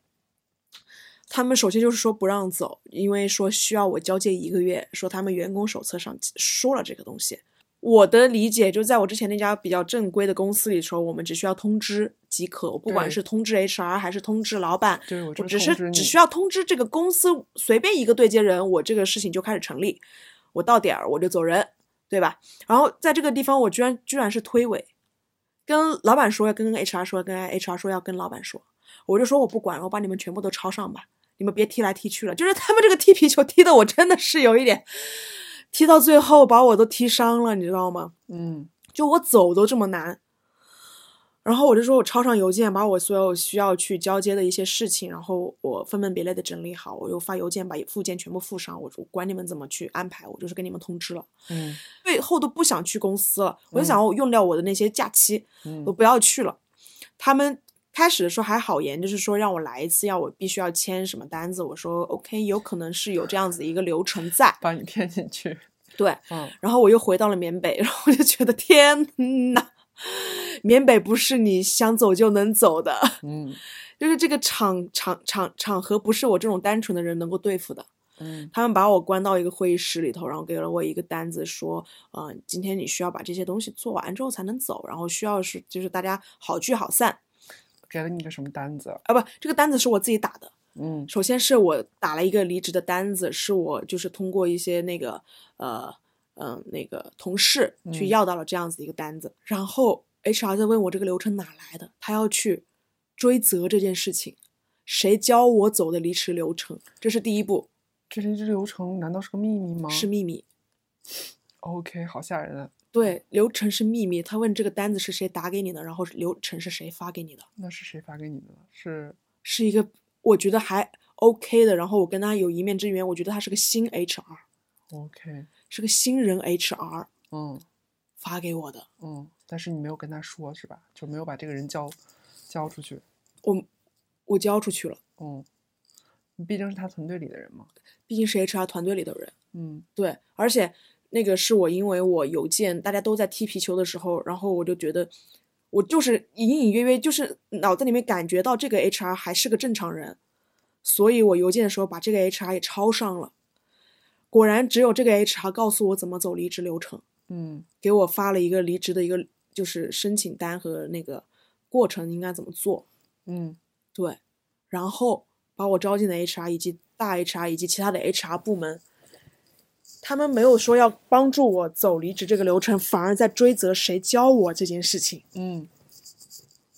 Speaker 1: 他们首先就是说不让走，因为说需要我交接一个月，说他们员工手册上说了这个东西。我的理解就在我之前那家比较正规的公司里头，我们只需要通知即可，我不管
Speaker 2: 对
Speaker 1: 是通知 HR 还是通知老板，
Speaker 2: 对，我
Speaker 1: 我
Speaker 2: 就
Speaker 1: 只
Speaker 2: 通知
Speaker 1: 是只
Speaker 2: 你
Speaker 1: 需要通知这个公司随便一个对接人，我这个事情就开始成立，我到点儿我就走人，对吧？然后在这个地方，我居然居然是推诿，跟老板说，跟 HR 说，跟 HR 说要跟老板说，我就说我不管了，我把你们全部都抄上吧，你们别踢来踢去了。就是他们这个踢皮球踢的，我真的是有一点，踢到最后把我都踢伤了，你知道吗？
Speaker 2: 嗯
Speaker 1: 就我走都这么难。然后我就说我抄上邮件，把我所有需要去交接的一些事情，然后我分门别类的整理好，我又发邮件把附件全部附上，我我管你们怎么去安排，我就是跟你们通知了。
Speaker 2: 嗯
Speaker 1: 最后都不想去公司了，我就
Speaker 2: 嗯
Speaker 1: 想我用掉我的那些假期，我
Speaker 2: 嗯
Speaker 1: 不要去了。他们开始的时候还好言，就是说让我来一次，要我必须要签什么单子。我说 OK，有可能是有这样子一个流程在。
Speaker 2: 把你骗进去，
Speaker 1: 对，
Speaker 2: 嗯，
Speaker 1: 然后我又回到了缅北，然后我就觉得天呐，缅北不是你想走就能走的，
Speaker 2: 嗯
Speaker 1: 就是这个场场场场合不是我这种单纯的人能够对付的。
Speaker 2: 嗯
Speaker 1: 他们把我关到一个会议室里头，然后给了我一个单子，说，嗯、今天你需要把这些东西做完之后才能走，然后需要是就是大家好聚好散
Speaker 2: 给了你个什么单子？
Speaker 1: 啊，不，这个单子是我自己打的。
Speaker 2: 嗯
Speaker 1: 首先是我打了一个离职的单子，是我就是通过一些那个呃嗯、呃那个同事去
Speaker 2: 嗯
Speaker 1: 要到了这样子一个单子，然后 HR 在问我这个流程哪来的，他要去追责这件事情，谁教我走的离职流程，这是第一步，
Speaker 2: 这离职流程难道是个秘密吗？
Speaker 1: 是秘密。
Speaker 2: OK，好吓人啊！
Speaker 1: 对，流程是秘密。他问这个单子是谁打给你的，然后流程是谁发给你的，
Speaker 2: 那是谁发给你的呢？是
Speaker 1: 是一个我觉得还 OK 的。然后我跟他有一面之缘，我觉得他是个新 HR，
Speaker 2: OK，
Speaker 1: 是个新人 HR
Speaker 2: 嗯
Speaker 1: 发给我的。
Speaker 2: 嗯，但是你没有跟他说是吧？就没有把这个人交交出去。
Speaker 1: 我我交出去了，
Speaker 2: 嗯，你毕竟是他团队里的人嘛。
Speaker 1: 毕竟是 HR 团队里的人。
Speaker 2: 嗯
Speaker 1: 对，而且那个是我因为我邮件大家都在踢皮球的时候，然后我就觉得我就是隐隐约约就是脑子里面感觉到这个 HR 还是个正常人，所以我邮件的时候把这个 HR 也抄上了。果然，只有这个 HR 告诉我怎么走离职流程，
Speaker 2: 嗯
Speaker 1: 给我发了一个离职的一个就是申请单和那个过程应该怎么做。
Speaker 2: 嗯
Speaker 1: 对，然后把我招进的 HR 以及大 HR 以及其他的 HR 部门，他们没有说要帮助我走离职这个流程，反而在追责谁教我这件事情，
Speaker 2: 嗯，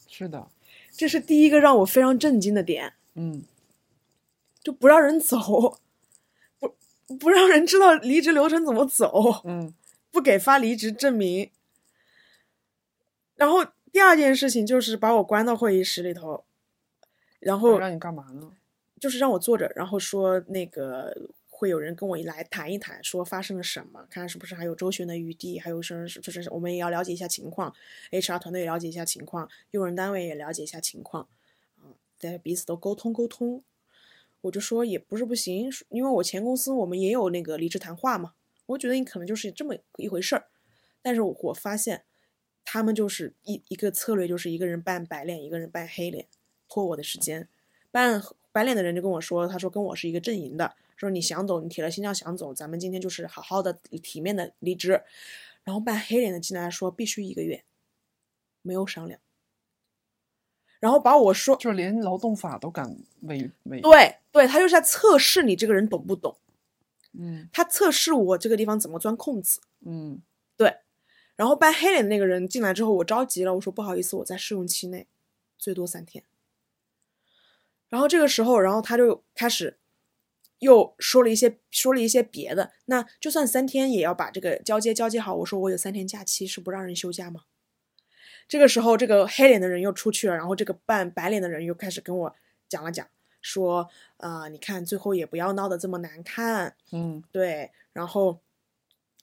Speaker 2: 是的，
Speaker 1: 这是第一个让我非常震惊的点，
Speaker 2: 嗯
Speaker 1: 就不让人走，不不让人知道离职流程怎么走，
Speaker 2: 嗯
Speaker 1: 不给发离职证明。然后第二件事情就是把我关到会议室里头，然后
Speaker 2: 让你干嘛呢？
Speaker 1: 就是让我坐着，然后说那个会有人跟我来谈一谈，说发生了什么，看是不是还有周旋的余地，还有什么就是我们也要了解一下情况，HR 团队也了解一下情况，用人单位也了解一下情况，嗯，大家彼此都沟通沟通。我就说也不是不行，因为我前公司我们也有那个离职谈话嘛，我觉得你可能就是这么一回事儿，但是我我发现他们就是一一个策略就是一个人扮白脸，一个人扮黑脸，拖我的时间。扮白脸的人就跟我说，他说跟我是一个阵营的，说你想走，你铁了心要想走，咱们今天就是好好的体面的离职。然后扮黑脸的进来说必须一个月，没有商量，然后把我说
Speaker 2: 就是连劳动法都敢违违。，
Speaker 1: 对对，他就是在测试你这个人懂不懂，
Speaker 2: 嗯
Speaker 1: 他测试我这个地方怎么钻空子。
Speaker 2: 嗯
Speaker 1: 然后扮黑脸的那个人进来之后，我着急了，我说不好意思，我在试用期内，最多三天。然后这个时候，然后他就开始又说了一些说了一些别的，那就算三天也要把这个交接交接好。我说我有三天假期，是不让人休假吗？这个时候，这个黑脸的人又出去了，然后这个扮白脸的人又开始跟我讲了讲，说啊、呃你看最后也不要闹得这么难看，
Speaker 2: 嗯
Speaker 1: 对，然后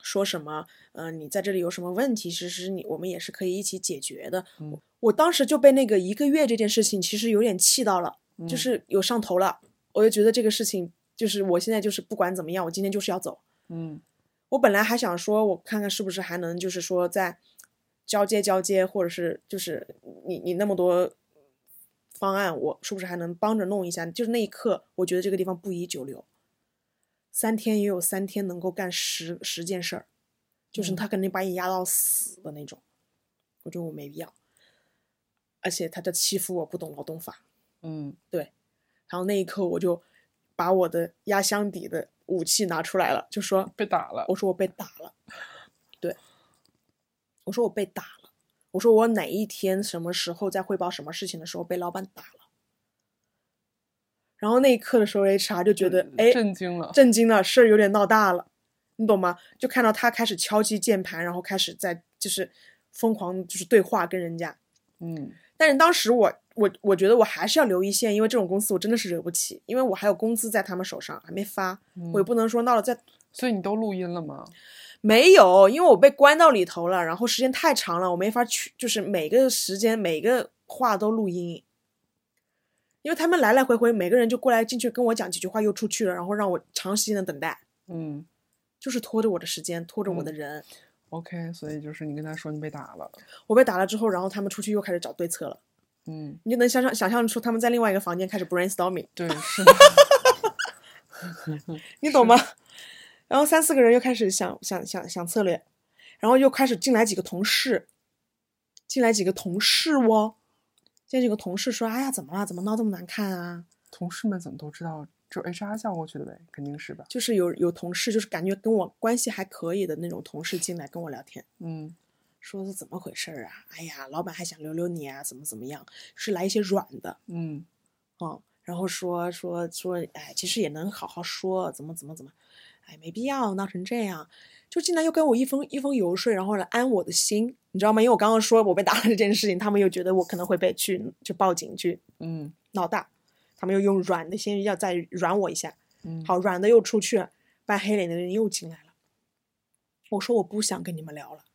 Speaker 1: 说什么，嗯、你在这里有什么问题，其实你我们也是可以一起解决的。
Speaker 2: 嗯
Speaker 1: 我我当时就被那个一个月这件事情其实有点气到了，
Speaker 2: 嗯，
Speaker 1: 就是有上头了，我就觉得这个事情就是我现在就是不管怎么样，我今天就是要走。
Speaker 2: 嗯
Speaker 1: 我本来还想说，我看看是不是还能就是说再交接交接，或者是就是你你那么多方案，我是不是还能帮着弄一下？就是那一刻，我觉得这个地方不宜久留，三天也有三天能够干十十件事儿，就是
Speaker 2: 嗯
Speaker 1: 他肯定把你压到死的那种，我觉得我没必要。而且他在欺负我不懂劳动法，
Speaker 2: 嗯
Speaker 1: 然后那一刻我就把我的压箱底的武器拿出来了，就说
Speaker 2: 被打了。
Speaker 1: 我说我被打了，对，我说我被打了，我说我哪一天什么时候在汇报什么事情的时候被老板打了，然后那一刻的时候，HR 就觉得
Speaker 2: 嗯
Speaker 1: 哎
Speaker 2: 震惊了。
Speaker 1: 震惊了，事儿有点闹大了，你懂吗？就看到他开始敲击键盘，然后开始在就是疯狂就是对话跟人家，
Speaker 2: 嗯
Speaker 1: 但是当时我我我觉得我还是要留一线，因为这种公司我真的是惹不起，因为我还有工资在他们手上还没发，
Speaker 2: 嗯，
Speaker 1: 我也不能说闹了再
Speaker 2: 所以你都录音了吗？
Speaker 1: 没有，因为我被关到里头了，然后时间太长了，我没法去，就是每个时间每个话都录音，因为他们来来回回每个人就过来进去跟我讲几句话又出去了，然后让我长时间的等待，
Speaker 2: 嗯
Speaker 1: 就是拖着我的时间，拖着我的
Speaker 2: 嗯
Speaker 1: 人。
Speaker 2: ，OK，所以就是你跟他说你被打了，
Speaker 1: 我被打了之后，然后他们出去又开始找对策了，
Speaker 2: 嗯，
Speaker 1: 你就能想象想象出他们在另外一个房间开始 brainstorming，
Speaker 2: 对，是的， <laughs>
Speaker 1: 你懂吗？ <laughs> 然后三四个人又开始想想想想策略，然后又开始进来几个同事，进来几个同事哦，进来几个同事说：“哎呀，怎么了？怎么闹这么难看啊
Speaker 2: 同事们怎么都知道，就 HR 叫过去的呗，肯定是吧？”？
Speaker 1: 就是有有同事就是感觉跟我关系还可以的那种同事进来跟我聊天，
Speaker 2: 嗯
Speaker 1: 说是怎么回事儿啊？哎呀，老板还想留留你啊？怎么怎么样？是来一些软的，
Speaker 2: 嗯
Speaker 1: 嗯，然后说说说，哎，其实也能好好说，怎么怎么怎么，哎，没必要闹成这样，就进来又跟我一封一封游说，然后来安我的心，你知道吗？因为我刚刚说我被打了这件事情，他们又觉得我可能会被去去报警去
Speaker 2: 嗯
Speaker 1: 闹大，他们又用软的先要再软我一下，
Speaker 2: 嗯，，
Speaker 1: 好软的又出去，扮黑脸的人又进来了，我说我不想跟你们聊了，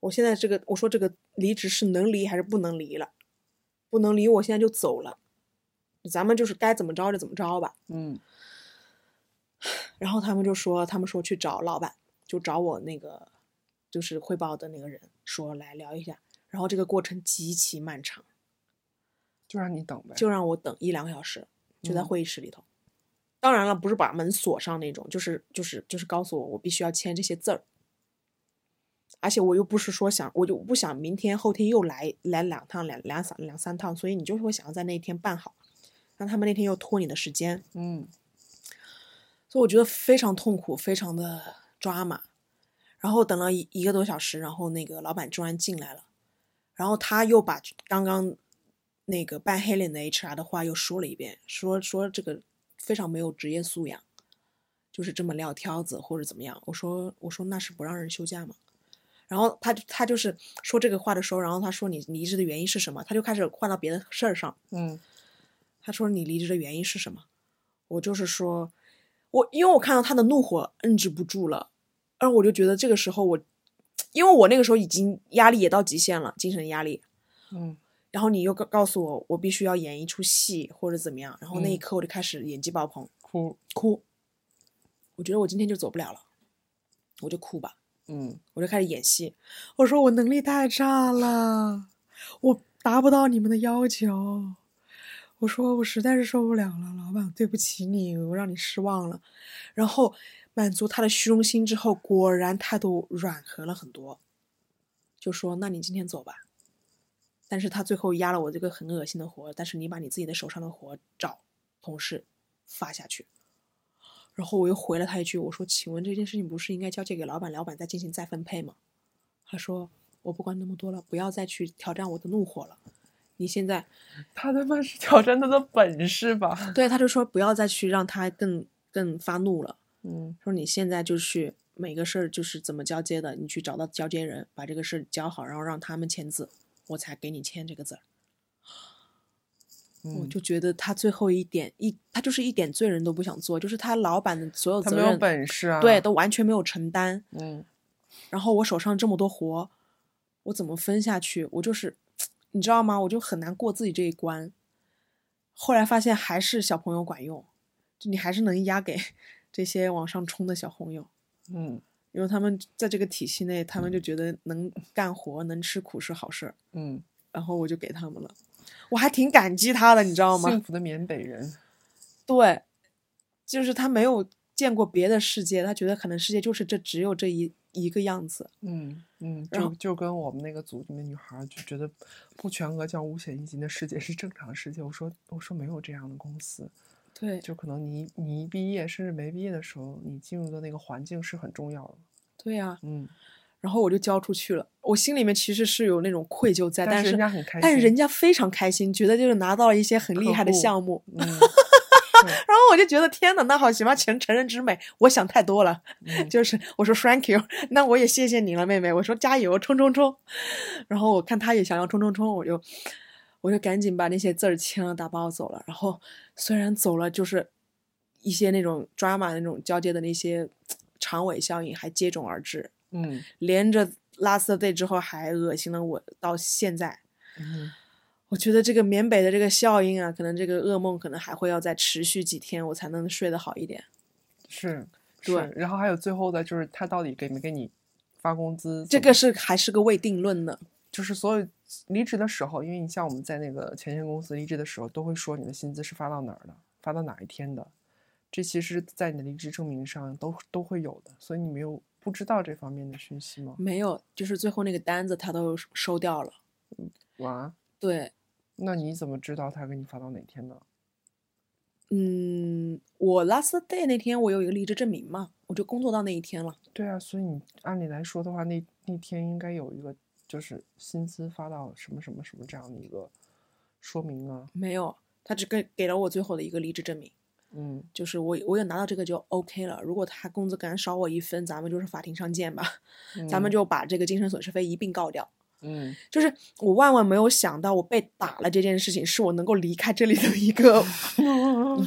Speaker 1: 我现在这个我说这个离职是能离还是不能离了，不能离我现在就走了。咱们就是该怎么着就怎么着吧。
Speaker 2: 嗯
Speaker 1: 然后他们就说，他们说去找老板，就找我那个就是汇报的那个人，说来聊一下。然后这个过程极其漫长，
Speaker 2: 就让你等呗，
Speaker 1: 就让我等一两个小时，就在
Speaker 2: 嗯
Speaker 1: 会议室里头。当然了，不是把门锁上那种，就是就是就是告诉我我必须要签这些字儿。而且我又不是说想，我就不想明天后天又来来两趟两两三两三趟，所以你就会想要在那一天办好。让他们那天又拖你的时间，
Speaker 2: 嗯
Speaker 1: 所以我觉得非常痛苦，非常的抓马。然后等了一一个多小时，然后那个老板突然进来了，然后他又把刚刚那个扮黑脸的 HR 的话又说了一遍，说说这个非常没有职业素养，就是这么撂挑子或者怎么样。我说我说那是不让人休假吗？然后他就他就是说这个话的时候，然后他说你你离职的原因是什么？他就开始换到别的事儿上，
Speaker 2: 嗯
Speaker 1: 他说你离职的原因是什么？我就是说，我因为我看到他的怒火摁制不住了，而我就觉得这个时候我，因为我那个时候已经压力也到极限了，精神压力。
Speaker 2: 嗯
Speaker 1: 然后你又告告诉我，我必须要演一出戏或者怎么样，然后那一
Speaker 2: 嗯
Speaker 1: 刻我就开始演技爆棚，
Speaker 2: 哭，
Speaker 1: 哭。我觉得我今天就走不了了，我就哭吧。
Speaker 2: 嗯
Speaker 1: 我就开始演戏。我说我能力太差了，我达不到你们的要求。我说我实在是受不了了，老板，对不起你，我让你失望了。然后满足他的虚荣心之后，果然态度软和了很多，就说那你今天走吧。但是他最后压了我这个很恶心的活，但是你把你自己的手上的活找同事发下去。然后我又回了他一句，我说：“请问这件事情不是应该交接给老板，老板再进行再分配吗？”他说：“我不管那么多了，不要再去挑战我的怒火了。你现在
Speaker 2: 他他妈是挑战他的本事吧？
Speaker 1: 对，他就说不要再去让他更更发怒了。
Speaker 2: 嗯
Speaker 1: 说你现在就去每个事儿就是怎么交接的，你去找到交接人，把这个事儿交好，然后让他们签字，我才给你签这个字儿。我
Speaker 2: 嗯，
Speaker 1: 就觉得他最后一点一，他就是一点罪人都不想做，就是他老板的所有
Speaker 2: 他
Speaker 1: 责
Speaker 2: 没
Speaker 1: 任，
Speaker 2: 有本事啊，
Speaker 1: 对，，都完全没有承担。
Speaker 2: 嗯
Speaker 1: 然后我手上这么多活，我怎么分下去？我就是，你知道吗？我就很难过自己这一关。后来发现还是小朋友管用，就你还是能压给 <laughs> 这些往上冲的小朋友，
Speaker 2: 嗯
Speaker 1: 因为他们在这个体系内，他们就觉得能干活、能吃苦是好事儿。
Speaker 2: 嗯，
Speaker 1: 然后我就给他们了，我还挺感激他的，你知道吗？
Speaker 2: 幸福的缅北人，
Speaker 1: 对，就是他没有见过别的世界，他觉得可能世界就是这只有这一一个样子。
Speaker 2: 嗯嗯，
Speaker 1: 然
Speaker 2: 就
Speaker 1: 后
Speaker 2: 就跟我们那个组里面女孩儿就觉得不全额交五险一金的世界是正常世界。我说我说没有这样的公司，
Speaker 1: 对，
Speaker 2: 就可能你一你一毕业甚至没毕业的时候，你进入的那个环境是很重要的。
Speaker 1: 对啊呀、
Speaker 2: 嗯，
Speaker 1: 然后我就交出去了。我心里面其实是有那种愧疚在，但
Speaker 2: 但
Speaker 1: 是
Speaker 2: 是人家很开心，
Speaker 1: 但是人家非常开心，觉得就是拿到了一些很厉
Speaker 2: 客
Speaker 1: 害的
Speaker 2: 户
Speaker 1: 项目。
Speaker 2: 嗯，
Speaker 1: 然后后我就觉得天哪，那好行吧，成成人之美，我想太多了。
Speaker 2: 嗯
Speaker 1: 就是我说 thank you，那 <laughs> 我也谢谢你了，妹妹。我说加油，冲冲冲。然后我看她也想要冲冲冲，我就我就赶紧把那些字儿签了，打包走了。然后虽然走了，就是一些那种 drama 那种交接的那些长尾效应还接踵而至， <laughs>
Speaker 2: 嗯
Speaker 1: 连着 last day 之后还恶心了我到现在。
Speaker 2: 嗯
Speaker 1: 我觉得这个缅北的这个效应啊，可能这个噩梦可能还会要再持续几天，我才能睡得好一点。
Speaker 2: 是，
Speaker 1: 对
Speaker 2: 是。然后还有最后的就是他到底给没给你发工资？
Speaker 1: 这
Speaker 2: 怎
Speaker 1: 个
Speaker 2: 么
Speaker 1: 是还是个未定论呢。
Speaker 2: 就是所有离职的时候，因为你像我们在那个前线公司离职的时候，都会说你的薪资是发到哪儿的，发到哪一天的，这其实，在你的离职证明上都都会有的，所以你没有不知道这方面的讯息吗？
Speaker 1: 没有，就是最后那个单子他都收掉了。
Speaker 2: 哇，
Speaker 1: 对，
Speaker 2: 那你怎么知道他给你发到哪天呢？
Speaker 1: 嗯，我 last day 那天我有一个离职证明嘛，我就工作到那一天了。
Speaker 2: 对啊，所以你按理来说的话，那那天应该有一个就是薪资发到什么什么什么这样的一个说明啊，
Speaker 1: 没有，他只给给了我最后的一个离职证明，
Speaker 2: 嗯
Speaker 1: 就是我我有拿到这个就 OK 了。如果他工资敢少我一分，咱们就是法庭上见吧，咱们
Speaker 2: 嗯
Speaker 1: 就把这个精神损失费一并告掉。
Speaker 2: 嗯 <laughs>
Speaker 1: 就是我万万没有想到，我被打了这件事情是我能够离开这里的一 <laughs> 个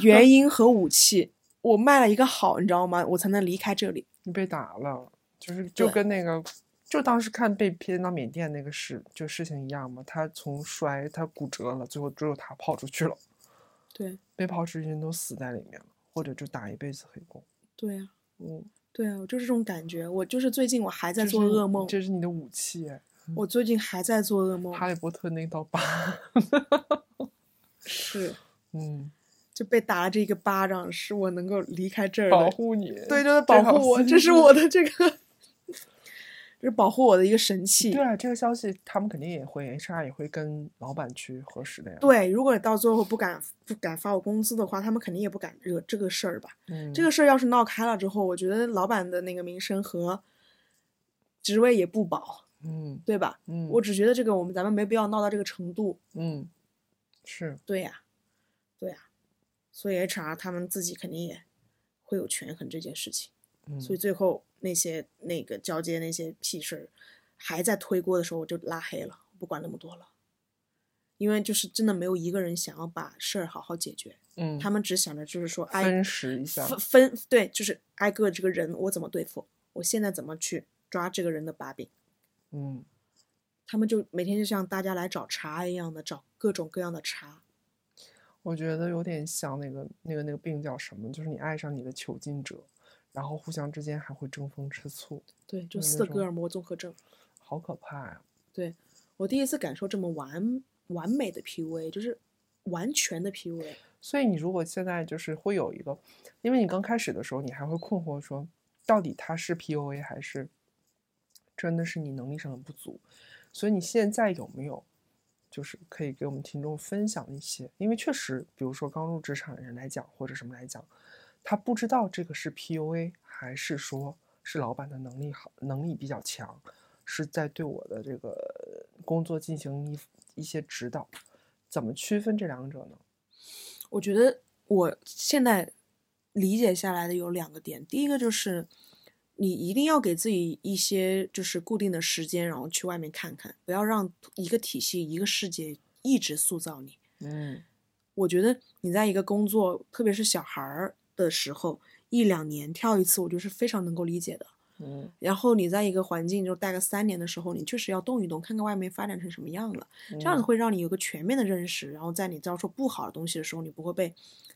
Speaker 1: 原因和武器。我卖了一个好，你知道吗？我才能离开这里。
Speaker 2: 你被打了，就是就
Speaker 1: 对
Speaker 2: 跟那个，就当时看被骗到缅甸那个事就事情一样嘛。他从摔，他骨折了，最后只有他跑出去了，
Speaker 1: 对
Speaker 2: 被跑出去的人都死在里面了，或者就打一辈子黑工。
Speaker 1: 对啊，
Speaker 2: 嗯，
Speaker 1: 对啊，我就是这种感觉。我就是最近我还在
Speaker 2: 这
Speaker 1: 做
Speaker 2: 是
Speaker 1: 噩
Speaker 2: 你
Speaker 1: 梦，嗯
Speaker 2: 这是你的武器哎，
Speaker 1: 我最近还在做噩梦，
Speaker 2: 哈利波特那道
Speaker 1: <laughs>
Speaker 2: 疤。
Speaker 1: 是
Speaker 2: 嗯，
Speaker 1: 就被打了这一个巴掌，是我能够离开这儿
Speaker 2: 保
Speaker 1: 的。
Speaker 2: 护你。
Speaker 1: 对，就是保
Speaker 2: 好
Speaker 1: 护 <laughs> 我，
Speaker 2: 心
Speaker 1: 这是
Speaker 2: 啊
Speaker 1: 我的这个，这是保护我的一个神器。
Speaker 2: 对啊，这个消息他们肯定也会，HR 也会跟老板去核实的呀。，
Speaker 1: 对，如果到最后不敢不敢发我工资的话，他们肯定也不敢惹这个事儿吧。
Speaker 2: 嗯，
Speaker 1: 这个事儿要是闹开了之后，我觉得老板的那个名声和职位也不保，
Speaker 2: 嗯
Speaker 1: 对吧？
Speaker 2: 嗯，
Speaker 1: 我只觉得这个我们咱们没必要闹到这个程度。
Speaker 2: 嗯是
Speaker 1: 对呀、对呀、所以 HR 他们自己肯定也会有权衡这件事情。
Speaker 2: 嗯
Speaker 1: 所以最后那些那个交接那些屁事儿还在推锅的时候，我就拉黑了，不管那么多了。因为就是真的没有一个人想要把事儿好好解决，
Speaker 2: 嗯，
Speaker 1: 他们只想着就是说，哎
Speaker 2: 分，食一下。
Speaker 1: 分分对，就是挨个这个人我怎么对付，我现在怎么去抓这个人的把柄。
Speaker 2: 嗯
Speaker 1: 他们就每天就像大家来找茬一样的找各种各样的茬。
Speaker 2: 我觉得有点像那个那个那个病叫什么，就是你爱上你的囚禁者，然后互相之间还会争风吃醋，
Speaker 1: 对，就
Speaker 2: 嗯
Speaker 1: 斯
Speaker 2: 那
Speaker 1: 德
Speaker 2: 种
Speaker 1: 哥尔摩综合症。
Speaker 2: 好可怕呀、
Speaker 1: 我第一次感受这么完完美的 PUA，就是完全的 PUA。
Speaker 2: 所以你如果现在就是会有一个，因为你刚开始的时候，你还会困惑说，到底他是 PUA 还是真的是你能力上的不足？所以你现在有没有就是可以给我们听众分享一些？因为确实，比如说刚入职场的人来讲，或者什么来讲，他不知道这个是 PUA 还是说是老板的能力好，能力比较强，是在对我的这个工作进行一一些指导。怎么区分这两者呢？
Speaker 1: 我觉得我现在理解下来的有两个点，第一个就是你一定要给自己一些就是固定的时间，然后去外面看看，不要让一个体系、一个世界一直塑造你。
Speaker 2: 嗯
Speaker 1: 我觉得你在一个工作，特别是小孩儿的时候，一两年跳一次，我觉得是非常能够理解的。
Speaker 2: 嗯
Speaker 1: 然后你在一个环境就待个三年的时候，你确实要动一动，看看外面发展成什么样了。这样子
Speaker 2: 嗯
Speaker 1: 会让你有个全面的认识，然后在你遭受不好的东西的时候，你不会被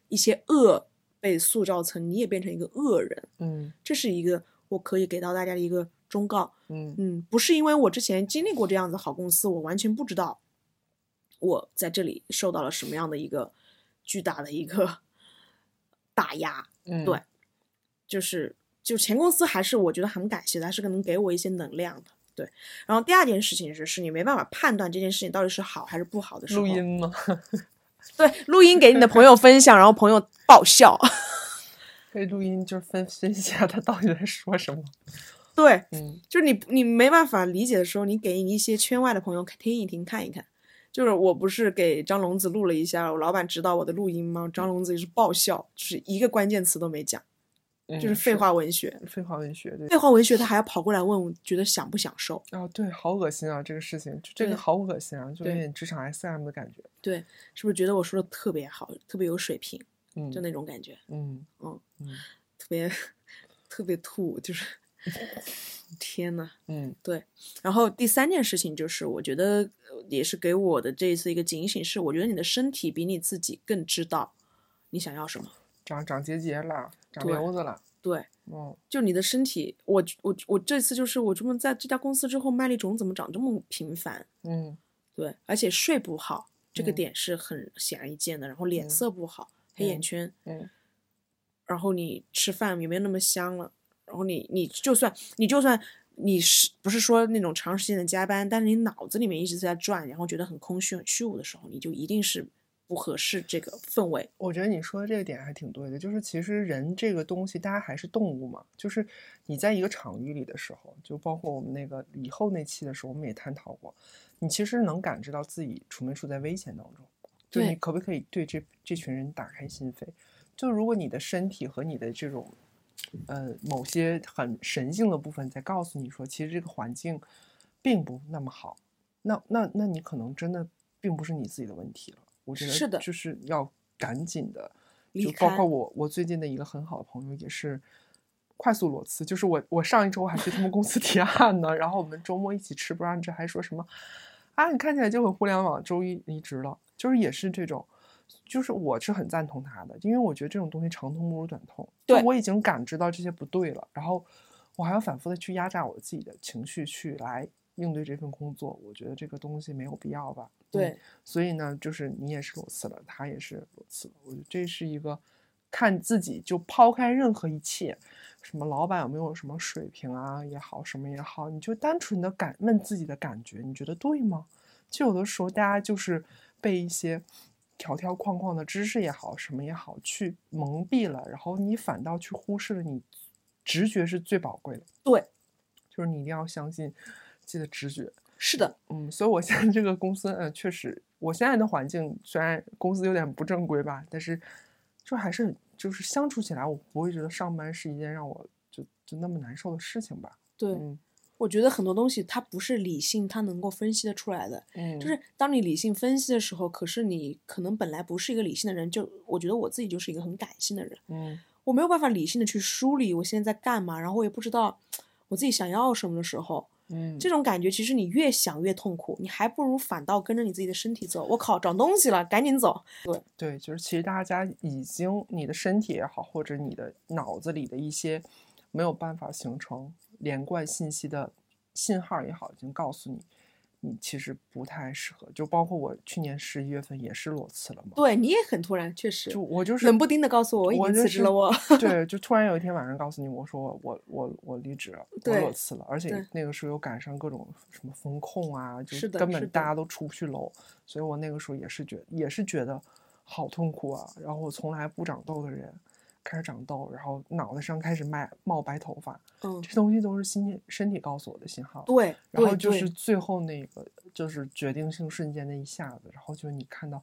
Speaker 1: 一些恶被塑造成你也变成一个恶人。
Speaker 2: 嗯
Speaker 1: 这是一个我可以给到大家的一个忠告。
Speaker 2: 嗯
Speaker 1: 嗯，不是因为我之前经历过这样子的好公司，我完全不知道我在这里受到了什么样的一个巨大的一个 <laughs> 打压。
Speaker 2: 嗯，
Speaker 1: 对就是就前公司还是我觉得很感谢的，还是能给我一些能量的。对，然后第二件事情是，是你没办法判断这件事情到底是好还是不好的时候。
Speaker 2: 录音吗？ <laughs>
Speaker 1: 对，录音给你的朋友分享，然后朋友爆笑。 <laughs>
Speaker 2: 可以录音，就是分析一下他到底在说什么。
Speaker 1: 对，
Speaker 2: 嗯
Speaker 1: 就是你你没办法理解的时候，你给你一些圈外的朋友看听一听看一看，就是我不是给张龙子录了一下，我老板指导我的录音吗？张龙子也是爆笑，就是一个关键词都没讲，就是废话文学。
Speaker 2: 嗯废话文学，对
Speaker 1: 废话文学他还要跑过来问，我觉得享不享受？
Speaker 2: 啊，对，好恶心啊！这个事情，就这
Speaker 1: 对
Speaker 2: 个好恶心啊，就有
Speaker 1: 对
Speaker 2: 点职场 SM 的感觉。
Speaker 1: 对，是不是觉得我说的特别好，特别有水平，
Speaker 2: 嗯，
Speaker 1: 就那种感觉，
Speaker 2: 嗯
Speaker 1: 嗯，
Speaker 2: 嗯
Speaker 1: 特别 <laughs> 特别吐，就是 <laughs> 天呐。
Speaker 2: 嗯
Speaker 1: 然后第三件事情就是，我觉得呃也是给我的这一次一个警醒是，我觉得你的身体比你自己更知道你想要什么。
Speaker 2: 长长结节了，长
Speaker 1: 对
Speaker 2: 瘤子了，
Speaker 1: 对，
Speaker 2: 嗯
Speaker 1: 就你的身体，我我我这次就是我这么在这家公司之后，麦粒肿怎么长这么频繁？
Speaker 2: 嗯
Speaker 1: 对，而且睡不好，这个
Speaker 2: 嗯
Speaker 1: 点是很显而易见的。然后脸
Speaker 2: 嗯
Speaker 1: 色不好，黑眼
Speaker 2: 嗯
Speaker 1: 圈，
Speaker 2: 嗯
Speaker 1: 然后你吃饭也没有那么香了，然后你你就算你就算你是不是说那种长时间的加班，但是你脑子里面一直在转，然后觉得很空虚、很虚无的时候，你就一定是不合适这个氛围。
Speaker 2: 我觉得你说的这个点还挺对的，就是其实人这个东西，大家还是动物嘛。就是你在一个场域里的时候，就包括我们那个以后那期的时候，我们也探讨过，你其实能感知到自己处没处在危险当中，就
Speaker 1: 对
Speaker 2: 你可不可以对这这群人打开心扉？就如果你的身体和你的这种，呃，某些很神性的部分在告诉你说，其实这个环境并不那么好，那那那你可能真的并不是你自己的问题了。我觉得
Speaker 1: 是的
Speaker 2: 就是要赶紧的，
Speaker 1: 离
Speaker 2: 就包
Speaker 1: 开
Speaker 2: 括我，我最近的一个很好的朋友也是快速裸辞，就是我我上一周还去他们公司 <laughs> 提案呢，然后我们周末一起吃 brunch，还说什么啊，你看起来就很互联网，周一离职了，就是也是这种。就是我是很赞同他的，因为我觉得这种东西长痛不如短痛。就
Speaker 1: 对
Speaker 2: 我已经感知到这些不对了，然后我还要反复的去压榨我自己的情绪去来应对这份工作，我觉得这个东西没有必要吧。嗯
Speaker 1: 对，
Speaker 2: 所以呢，就是你也是裸辞了，他也是裸辞了。我觉得这是一个看自己，就抛开任何一切，什么老板有没有什么水平啊也好，什么也好，你就单纯的感问自己的感觉，你觉得对吗？就有的时候大家就是被一些条条框框的知识也好，什么也好，去蒙蔽了，然后你反倒去忽视了你直觉是最宝贵的。
Speaker 1: 对，
Speaker 2: 就是你一定要相信自己的直觉。
Speaker 1: 是的，
Speaker 2: 嗯，所以我现在这个公司，呃，确实，我现在的环境虽然公司有点不正规吧，但是就还是就是相处起来，我不会觉得上班是一件让我就就那么难受的事情吧。
Speaker 1: 对，
Speaker 2: 嗯
Speaker 1: 我觉得很多东西它不是理性它能够分析的出来的。
Speaker 2: 嗯，
Speaker 1: 就是当你理性分析的时候，可是你可能本来不是一个理性的人，就我觉得我自己就是一个很感性的人，
Speaker 2: 嗯
Speaker 1: 我没有办法理性的去梳理我现在在干嘛，然后我也不知道我自己想要什么的时候，
Speaker 2: 嗯，
Speaker 1: 这种感觉，其实你越想越痛苦，你还不如反倒跟着你自己的身体走。我靠，长东西了，赶紧走。
Speaker 2: 对，就是其实大家已经你的身体也好，或者你的脑子里的一些没有办法形成连贯信息的信号也好，已经告诉你，你其实不太适合。就包括我去年十一月份也是裸辞了嘛，
Speaker 1: 对你也很突然，确实
Speaker 2: 就，我就是
Speaker 1: 冷不丁的告诉我，我已
Speaker 2: 我
Speaker 1: 经
Speaker 2: 就
Speaker 1: 辞职
Speaker 2: 是
Speaker 1: 了。我
Speaker 2: <laughs>
Speaker 1: <laughs>
Speaker 2: 对，就突然有一天晚上告诉你，我说我我我我离职了，我
Speaker 1: 对
Speaker 2: 裸辞了，而且
Speaker 1: 对
Speaker 2: 那个时候又赶上各种什么风控啊，就是
Speaker 1: 的
Speaker 2: 根
Speaker 1: 是
Speaker 2: 本
Speaker 1: 的
Speaker 2: 大家都出不去楼，所以我那个时候也是觉也是觉得好痛苦啊。然后我从来不长痘的人开始长痘，然后脑袋上开始冒冒白头发，
Speaker 1: 嗯，
Speaker 2: 这东西都是心身体告诉我的信号。
Speaker 1: 对，
Speaker 2: 然
Speaker 1: 对
Speaker 2: 后就
Speaker 1: 对
Speaker 2: 是最后那个就是决定性瞬间那一下子，然后就你看到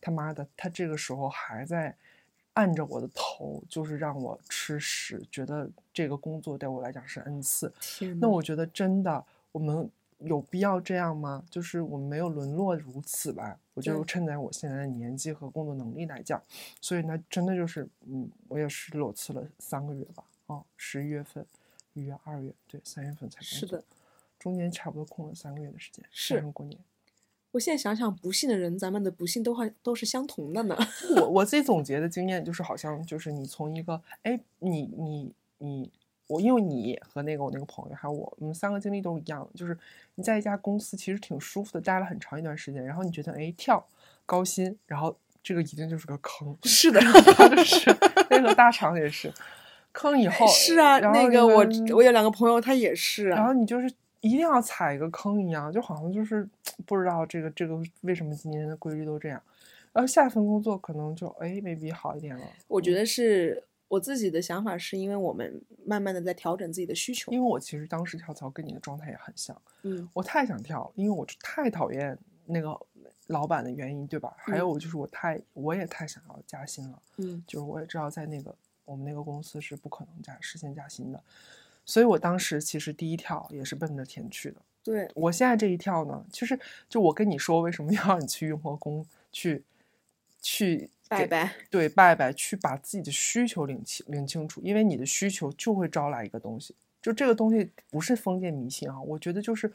Speaker 2: 他妈的，他这个时候还在按着我的头，就是让我吃屎，觉得这个工作对我来讲是恩赐。
Speaker 1: 天
Speaker 2: 那
Speaker 1: 呐
Speaker 2: 我觉得真的，我们有必要这样吗？就是我们没有沦落如此吧？我就
Speaker 1: 对
Speaker 2: 趁在我现在的年纪和工作能力来讲，所以呢，真的就是，嗯，我也是裸辞了三个月吧，哦，十一月份、一月、二月，对，三月份才工
Speaker 1: 是
Speaker 2: 作
Speaker 1: 的，
Speaker 2: 中间差不多空了三个月的时间，
Speaker 1: 是
Speaker 2: 加上过年。
Speaker 1: 我现在想想，不幸的人，咱们的不幸都还都是相同
Speaker 2: <laughs>
Speaker 1: 的呢。，
Speaker 2: 我我自己总结的经验就是，好像就是你从一个，哎，你你你，我因为你和那个我那个朋友还有我，我们三个经历都一样，就是你在一家公司其实挺舒服的，待了很长一段时间，然后你觉得哎跳高薪，然后这个一定就是个坑 <laughs>
Speaker 1: 是的，
Speaker 2: 就是那个大厂也是坑以后，
Speaker 1: <laughs> 是啊，
Speaker 2: 然后嗯
Speaker 1: 那个我
Speaker 2: 人
Speaker 1: 我有两个朋友，他也是
Speaker 2: 然后
Speaker 1: 啊，
Speaker 2: 你就是一定要踩一个坑一样，就好像就是不知道这个这个为什么今年的规律都这样。然后下一份工作可能就哎 maybe 好一点了，
Speaker 1: 我觉得是。我自己的想法是因为我们慢慢的在调整自己的需求，
Speaker 2: 因为我其实当时跳槽跟你的状态也很像，
Speaker 1: 嗯，
Speaker 2: 我太想跳了，因为我就太讨厌那个老板的原因，对吧？还有就是我太我也太想要加薪了，
Speaker 3: 嗯，
Speaker 2: 就是我也知道在那个我们那个公司是不可能加实现加薪的，所以我当时其实第一跳也是奔着钱去的。
Speaker 3: 对，
Speaker 2: 我现在这一跳呢，就是就我跟你说为什么要你去雍和宫去去
Speaker 3: 拜
Speaker 2: 给
Speaker 3: 拜，
Speaker 2: 对拜拜，去把自己的需求领清领清楚，因为你的需求就会招来一个东西。就这个东西不是封建迷信啊，我觉得就是，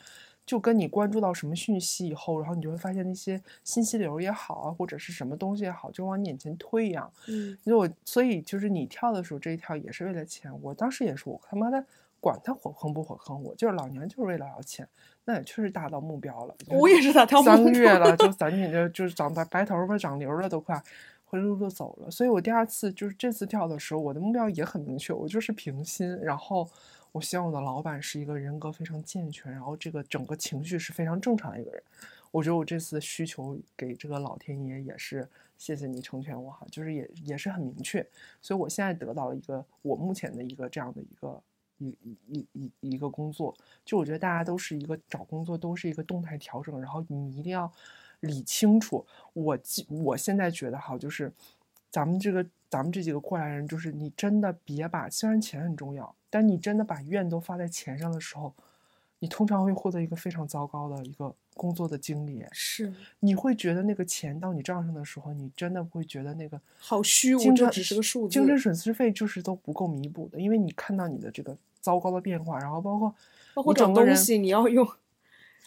Speaker 2: 就跟你关注到什么讯息以后，然后你就会发现那些信息流也好啊，或者是什么东西也好，就往你眼前推一样。
Speaker 3: 嗯，
Speaker 2: 所以我所以就是你跳的时候这一跳也是为了钱，我当时也是我他妈的管他火坑不火坑我，就是老娘就是为了要钱，那也确实达到目标了。就是
Speaker 1: 我也是达到目
Speaker 2: 三个
Speaker 1: 标
Speaker 2: 月
Speaker 1: <laughs>
Speaker 2: 了，就咱你这就是长白白头发长瘤了都快。灰溜溜走了，所以我第二次就是这次跳的时候，我的目标也很明确，我就是平心，然后我希望我的老板是一个人格非常健全，然后这个整个情绪是非常正常的一个人。我觉得我这次需求给这个老天爷也是谢谢你成全我哈，就是也也是很明确，所以我现在得到了一个我目前的一个这样的一个一一一一一个工作，就我觉得大家都是一个找工作都是一个动态调整，然后你一定要理清楚。我记我现在觉得哈，就是咱们这个咱们这几个过来人，就是你真的别把虽然钱很重要，但你真的把怨都发在钱上的时候，你通常会获得一个非常糟糕的一个工作的经历。
Speaker 1: 是
Speaker 2: 你会觉得那个钱到你账上的时候，你真的会觉得那个
Speaker 1: 好虚无
Speaker 2: 精
Speaker 1: 这
Speaker 2: 神
Speaker 1: 只是个数
Speaker 2: 精
Speaker 1: 字
Speaker 2: 神损失费就是都不够弥补的，因为你看到你的这个糟糕的变化，然后包括
Speaker 1: 包括
Speaker 2: 你整
Speaker 1: 长
Speaker 2: 个
Speaker 1: 东
Speaker 2: 人
Speaker 1: 西，你要用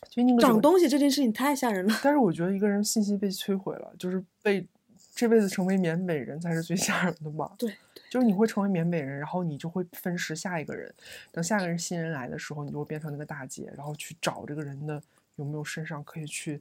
Speaker 2: 就那个整
Speaker 1: 长
Speaker 2: 个
Speaker 1: 东西这件事情太吓人了。
Speaker 2: 但是我觉得一个人信息被摧毁了，就是被这辈子成为缅北人才是最 <laughs> 吓人的吧？
Speaker 1: 对，
Speaker 2: 就是你会成为缅北人，然后你就会分食下一个人，等下一个人新人来的时候，你就会变成那个大姐，然后去找这个人的有没有身上可以去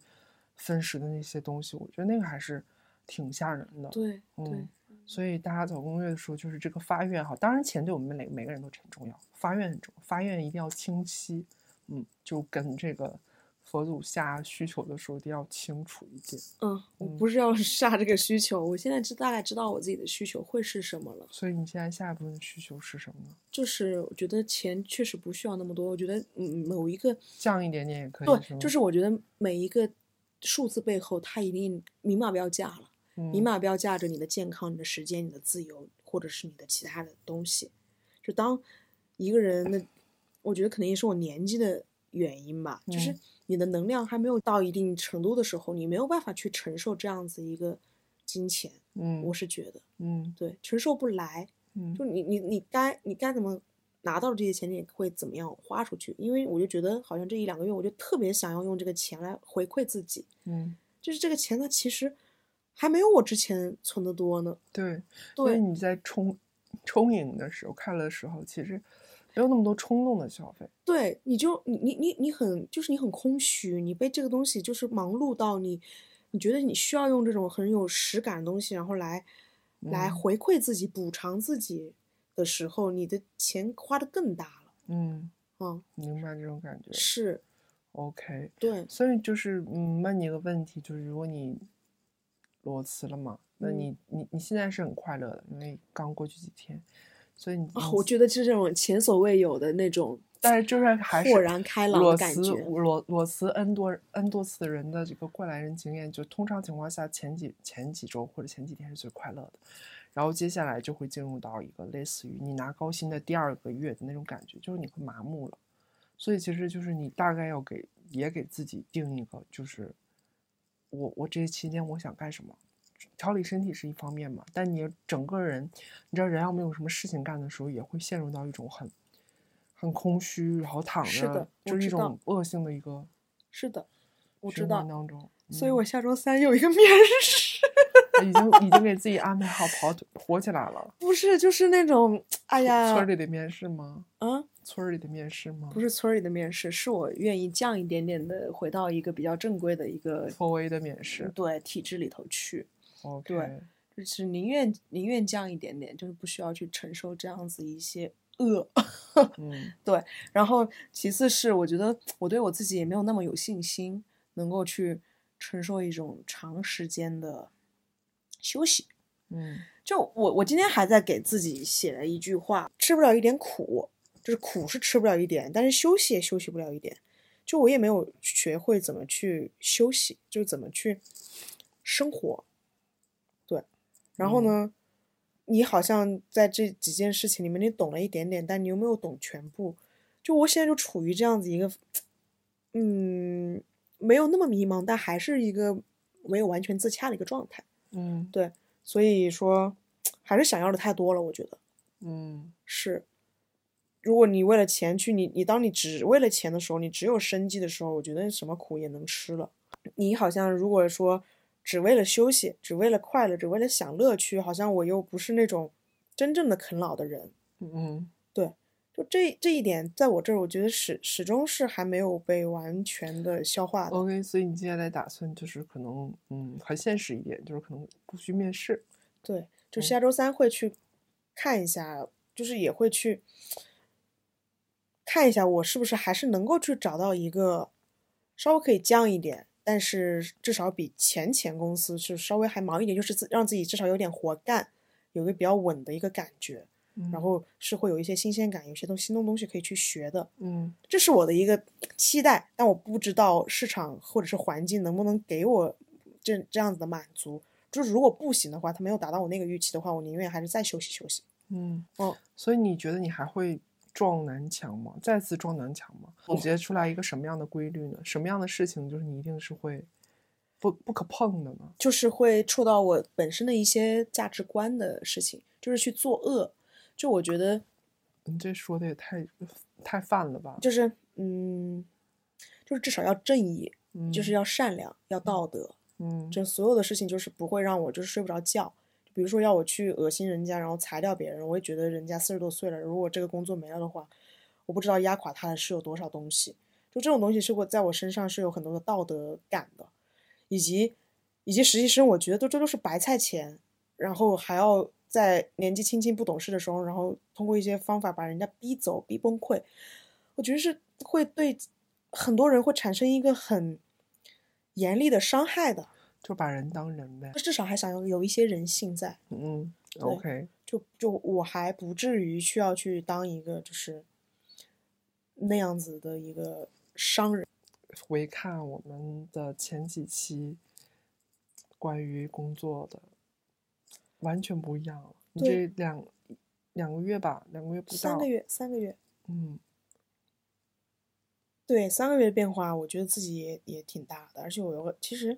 Speaker 2: 分食的那些东西。我觉得那个还是挺吓人的。
Speaker 1: 对
Speaker 2: 嗯，所以大家找攻略的时候，就是这个发愿哈，当然钱对我们每每个人都很重要，发愿很重要，发愿一定要清晰，嗯，就跟这个佛祖下需求的时候一定要清楚一点。
Speaker 1: 嗯，我
Speaker 2: 嗯
Speaker 1: 不是要下这个需求，我现在知大概知道我自己的需求会是什么了。
Speaker 2: 所以你现在下一部分需求是什么呢？
Speaker 1: 就是我觉得钱确实不需要那么多，我觉得嗯某一个
Speaker 2: 降一点点也可以，
Speaker 1: 对，就是是我觉得每一个数字背后，它一定明码标价了，明
Speaker 2: 白。
Speaker 1: 码标价着你的健康、你的时间、你的自由，或者是你的其他的东西。就当一个人的，我觉得可能也是我年纪的原因吧，就是
Speaker 2: 嗯
Speaker 1: 你的能量还没有到一定程度的时候，你没有办法去承受这样子一个金钱，
Speaker 2: 嗯，
Speaker 1: 我是觉得
Speaker 2: 嗯
Speaker 1: 对承受不来。
Speaker 2: 嗯
Speaker 1: 就你你你该你该怎么拿到的这些钱，你会怎么样花出去？因为我就觉得好像这一两个月，我就特别想要用这个钱来回馈自己，
Speaker 2: 嗯，
Speaker 1: 就是这个钱它其实还没有我之前存的多呢。
Speaker 2: 对，所以
Speaker 1: 对，
Speaker 2: 你在充充盈的时候、快乐的时候，其实没有那么多冲动的消费。
Speaker 1: 对，你就你你你你很就是你很空虚，你被这个东西就是忙碌到你，你觉得你需要用这种很有实感的东西，然后来来
Speaker 2: 嗯
Speaker 1: 回馈自己、补偿自己的时候，你的钱花的更大了。
Speaker 2: 嗯，
Speaker 1: 嗯，
Speaker 2: 明白这种感觉。
Speaker 1: 是
Speaker 2: OK，
Speaker 1: 对，
Speaker 2: 所以就是，嗯，问你一个问题，就是如果你裸辞了嘛，那
Speaker 1: 嗯
Speaker 2: 你你你现在是很快乐的，因为刚过去几天，所以你
Speaker 1: 啊，
Speaker 2: 你
Speaker 1: 我觉得是这种前所未有的那种
Speaker 2: 但是就是还是
Speaker 1: 豁然开朗
Speaker 2: 裸
Speaker 1: 的感
Speaker 2: 辞
Speaker 1: 觉。
Speaker 2: 裸裸辞 n 多 n 多次的人的这个过来人经验，就通常情况下前几前几周或者前几天是最快乐的，然后接下来就会进入到一个类似于你拿高薪的第二个月的那种感觉，就是你会麻木了。所以其实就是你大概要给也给自己定一个，就是我我这期间我想干什么。调理身体是一方面嘛，但你整个人，你知道人要没有什么事情干的时候，也会陷入到一种很很空虚，然后躺着，
Speaker 1: 是的我
Speaker 2: 就是一
Speaker 1: 知道
Speaker 2: 种恶性的一个
Speaker 1: 是的，我知
Speaker 2: 循环
Speaker 1: 道，
Speaker 2: 当中。
Speaker 1: 所以
Speaker 2: 嗯
Speaker 1: 我下周三有一个面试，
Speaker 2: 已经已经给自己安排好跑腿火起来了。
Speaker 1: 不是就是那种， <laughs> 哎
Speaker 2: 村
Speaker 1: 呀
Speaker 2: 儿，里的面试吗？
Speaker 1: 啊，
Speaker 2: 村儿里的面试吗？
Speaker 1: 不是村儿里的面试，是我愿意降一点点的，回到一个比较正规的一个
Speaker 2: ，four A 的面试。
Speaker 1: 对体制里头去，
Speaker 2: OK，
Speaker 1: 对就是宁愿宁愿降一点点，就是不需要去承受这样子一些恶。
Speaker 2: 嗯
Speaker 1: <laughs> 然后其次是我觉得我对我自己也没有那么有信心，能够去承受一种长时间的休息。
Speaker 2: 嗯
Speaker 1: 就我我今天还在给自己写了一句话：吃不了一点苦，就是苦是吃不了一点，但是休息也休息不了一点。就我也没有学会怎么去休息，就怎么去生活。对，然后呢，你好像在这几件事情里面，你懂了一点点，但你又没有懂全部。就我现在就处于这样子一个，嗯，没有那么迷茫，但还是一个没有完全自洽的一个状态。
Speaker 2: 嗯
Speaker 1: 对，所以说还是想要的太多了，我觉得
Speaker 2: 嗯
Speaker 1: 是。如果你为了钱去，你你当你只为了钱的时候，你只有生计的时候，我觉得什么苦也能吃了。你好像如果说只为了休息，只为了快乐，只为了享乐去，好像我又不是那种真正的啃老的人。
Speaker 2: 嗯
Speaker 1: 就这这一点，在我这儿，我觉得始始终是还没有被完全的消化的。
Speaker 2: ，OK，所以你接下来打算就是可能嗯很现实一点，就是可能不去面试，
Speaker 1: 对，就
Speaker 2: 嗯
Speaker 1: 下周三会去看一下，就是也会去看一下我是不是还是能够去找到一个稍微可以降一点，但是至少比前前公司是稍微还忙一点，就是自让自己至少有点活干，有一个比较稳的一个感觉，然
Speaker 2: 嗯
Speaker 1: 后是会有一些新鲜感，有些东新东东西可以去学的，
Speaker 2: 嗯
Speaker 1: 这是我的一个期待，但我不知道市场或者是环境能不能给我这这样子的满足。就是如果不行的话，它没有达到我那个预期的话，我宁愿还是再休息休息。
Speaker 2: 嗯
Speaker 1: 哦，
Speaker 2: 所以你觉得你还会撞南墙吗？再次撞南墙吗？总结出来一个什么样的规律呢？什么样的事情就是你一定是会不不可碰的呢？
Speaker 1: 就是会触到我本身的一些价值观的事情，就是去作恶。就我觉得，
Speaker 2: 你这说的也太太泛了吧？
Speaker 1: 就是嗯，就是至少要正义，就是
Speaker 2: 要
Speaker 1: 要善良，要道德。
Speaker 2: 嗯
Speaker 1: 这所有的事情就是不会让我就是睡不着觉。比如说要我去恶心人家，然后裁掉别人，我也觉得人家四十多岁了，如果这个工作没了的话，我不知道压垮他的是有多少东西。就这种东西是我在我身上是有很多的道德感的，以及以及实习生，我觉得都这都是白菜钱，然后还要在年纪轻轻不懂事的时候，然后通过一些方法把人家逼走、逼崩溃，我觉得是会对很多人会产生一个很严厉的伤害的。
Speaker 2: 就把人当人呗。
Speaker 1: 至少还想要有一些人性在，
Speaker 2: 嗯，OK，
Speaker 1: 就就我还不至于需要去当一个就是那样子的一个商人。
Speaker 2: 回看我们的前几期关于工作的，完全不一样了。你这
Speaker 1: 对
Speaker 2: 两两个月吧，两个月不到，
Speaker 1: 三个月，三个月，
Speaker 2: 嗯
Speaker 1: 对，三个月的变化，我觉得自己也也挺大的，而且我有个其实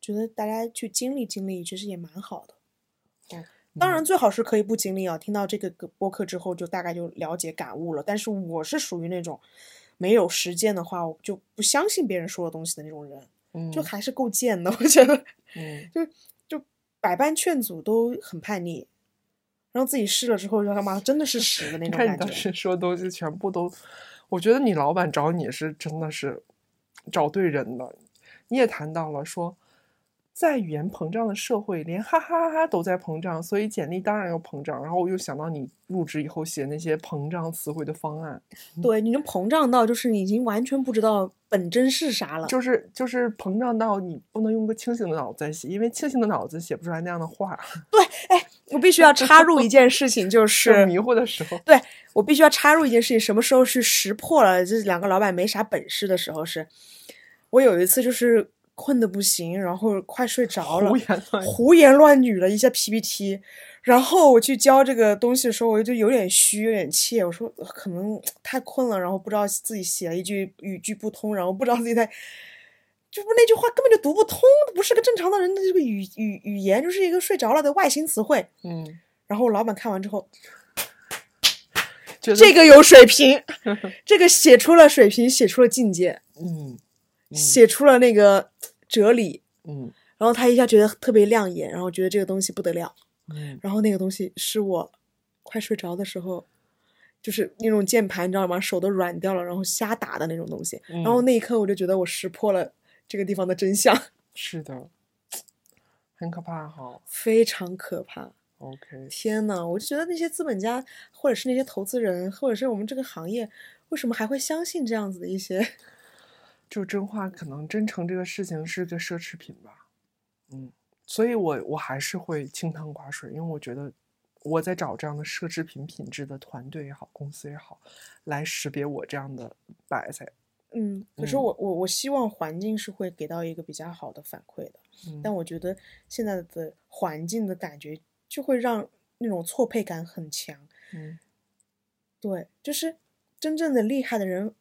Speaker 1: 觉得大家去经历经历，其实也蛮好的。当
Speaker 2: 嗯
Speaker 1: 然，最好是可以不经历啊。听到这个个播客之后，就大概就了解感悟了。但是我是属于那种没有实践的话，我就不相信别人说的东西的那种人，
Speaker 2: 嗯，
Speaker 1: 就还是够贱的，我觉得。
Speaker 2: 嗯
Speaker 1: 就百般劝阻都很叛逆，然后自己试了之后，就他妈真的是实的那
Speaker 2: <laughs> 你
Speaker 1: 种
Speaker 2: 看你
Speaker 1: 感
Speaker 2: 当
Speaker 1: 觉。
Speaker 2: 时说的东西全部都，我觉得你老板找你是真的是找对人了。你也谈到了说，在语言膨胀的社会，连哈哈哈哈都在膨胀，所以简历当然要膨胀。然后我又想到你入职以后写那些膨胀词汇的方案，
Speaker 1: 对，你就膨胀到就是你已经完全不知道本真是啥了。
Speaker 2: 就是就是膨胀到你不能用个清醒的脑子在写，因为清醒的脑子写不出来那样的话。 <laughs>
Speaker 1: 我必须要插入一件事情，就
Speaker 2: 就是
Speaker 1: 是
Speaker 2: 迷糊的时 <laughs> 候，
Speaker 1: 我必须要插入一件事情，什么时候是识破了这两个老板没啥本事的时候是，我有一次就是困得不行，然后快睡着了
Speaker 2: 胡，言乱语。
Speaker 1: 胡言乱语了一些 PPT，然后我去交这个东西的时候，我就有点虚，有点怯，我说呃可能太困了，然后不知道自己写了一句语句不通，然后不知道自己在，就是那句话根本就读不通，不是个正常的人的这个语语语言，就是一个睡着了的外星词汇。
Speaker 2: 嗯，
Speaker 1: 然后我老板看完之后，
Speaker 2: 觉得嗯
Speaker 1: 这个有水平，这个写出了水平，写出了境界，
Speaker 2: 嗯嗯
Speaker 1: 写出了那个哲理，
Speaker 2: 嗯
Speaker 1: 然后他一下觉得特别亮眼，然后觉得这个东西不得了。
Speaker 2: 嗯
Speaker 1: 然后那个东西是我快睡着的时候，就是那种键盘，你知道吗？手都软掉了，然后瞎打的那种东西。然后
Speaker 2: 嗯
Speaker 1: 那一刻我就觉得我识破了这个地方的真相， <laughs>
Speaker 2: 是的， <sniffs> 很可怕哈。
Speaker 1: 非常可怕。
Speaker 2: OK，
Speaker 1: 天呐，我就觉得那些资本家，或者是那些投资人，或者是我们这个行业，为什么还会相信这样子的一些？ <laughs>
Speaker 2: 就真话，可能真诚这个事情是个奢侈品吧。嗯，所以我我还是会清汤寡水，因为我觉得我在找这样的奢侈品品质的团队也好，公司也好，来识别我这样的白菜。
Speaker 1: 嗯，可是
Speaker 2: 嗯
Speaker 1: 我我我希望环境是会给到一个比较好的反馈的，
Speaker 2: 嗯
Speaker 1: 但我觉得现在的环境的感觉就会让那种错配感很强。
Speaker 2: 嗯
Speaker 1: 对，就是真正的厉害的人，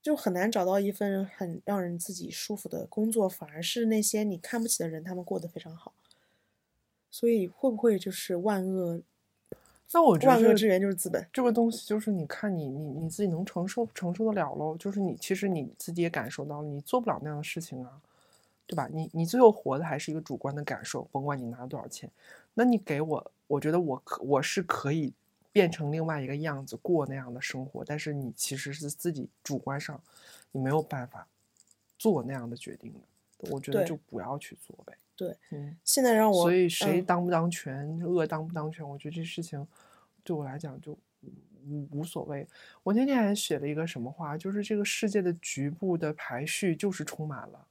Speaker 1: 就很难找到一份很让人自己舒服的工作，反而是那些你看不起的人，他们过得非常好。所以会不会就是万恶
Speaker 2: 那我觉得
Speaker 1: 万恶
Speaker 2: 这
Speaker 1: 之源就是资本？
Speaker 2: 这个东西就是你看你你你自己能承受承受得了喽，就是你其实你自己也感受到了，你做不了那样的事情啊，对吧？你你最后活的还是一个主观的感受，甭管你拿了多少钱，那你给我，我觉得我可我是可以变成另外一个样子过那样的生活，但是你其实是自己主观上你没有办法做那样的决定的，我觉得
Speaker 1: 对
Speaker 2: 就不要去做呗。
Speaker 1: 对，
Speaker 2: 嗯。
Speaker 1: 现在让我
Speaker 2: 所以谁
Speaker 1: 嗯
Speaker 2: 当不当权，恶当不当权，我觉得这事情对我来讲就无无所谓。我那天还写了一个什么话，就是这个世界的局部的排序就是充满了。哦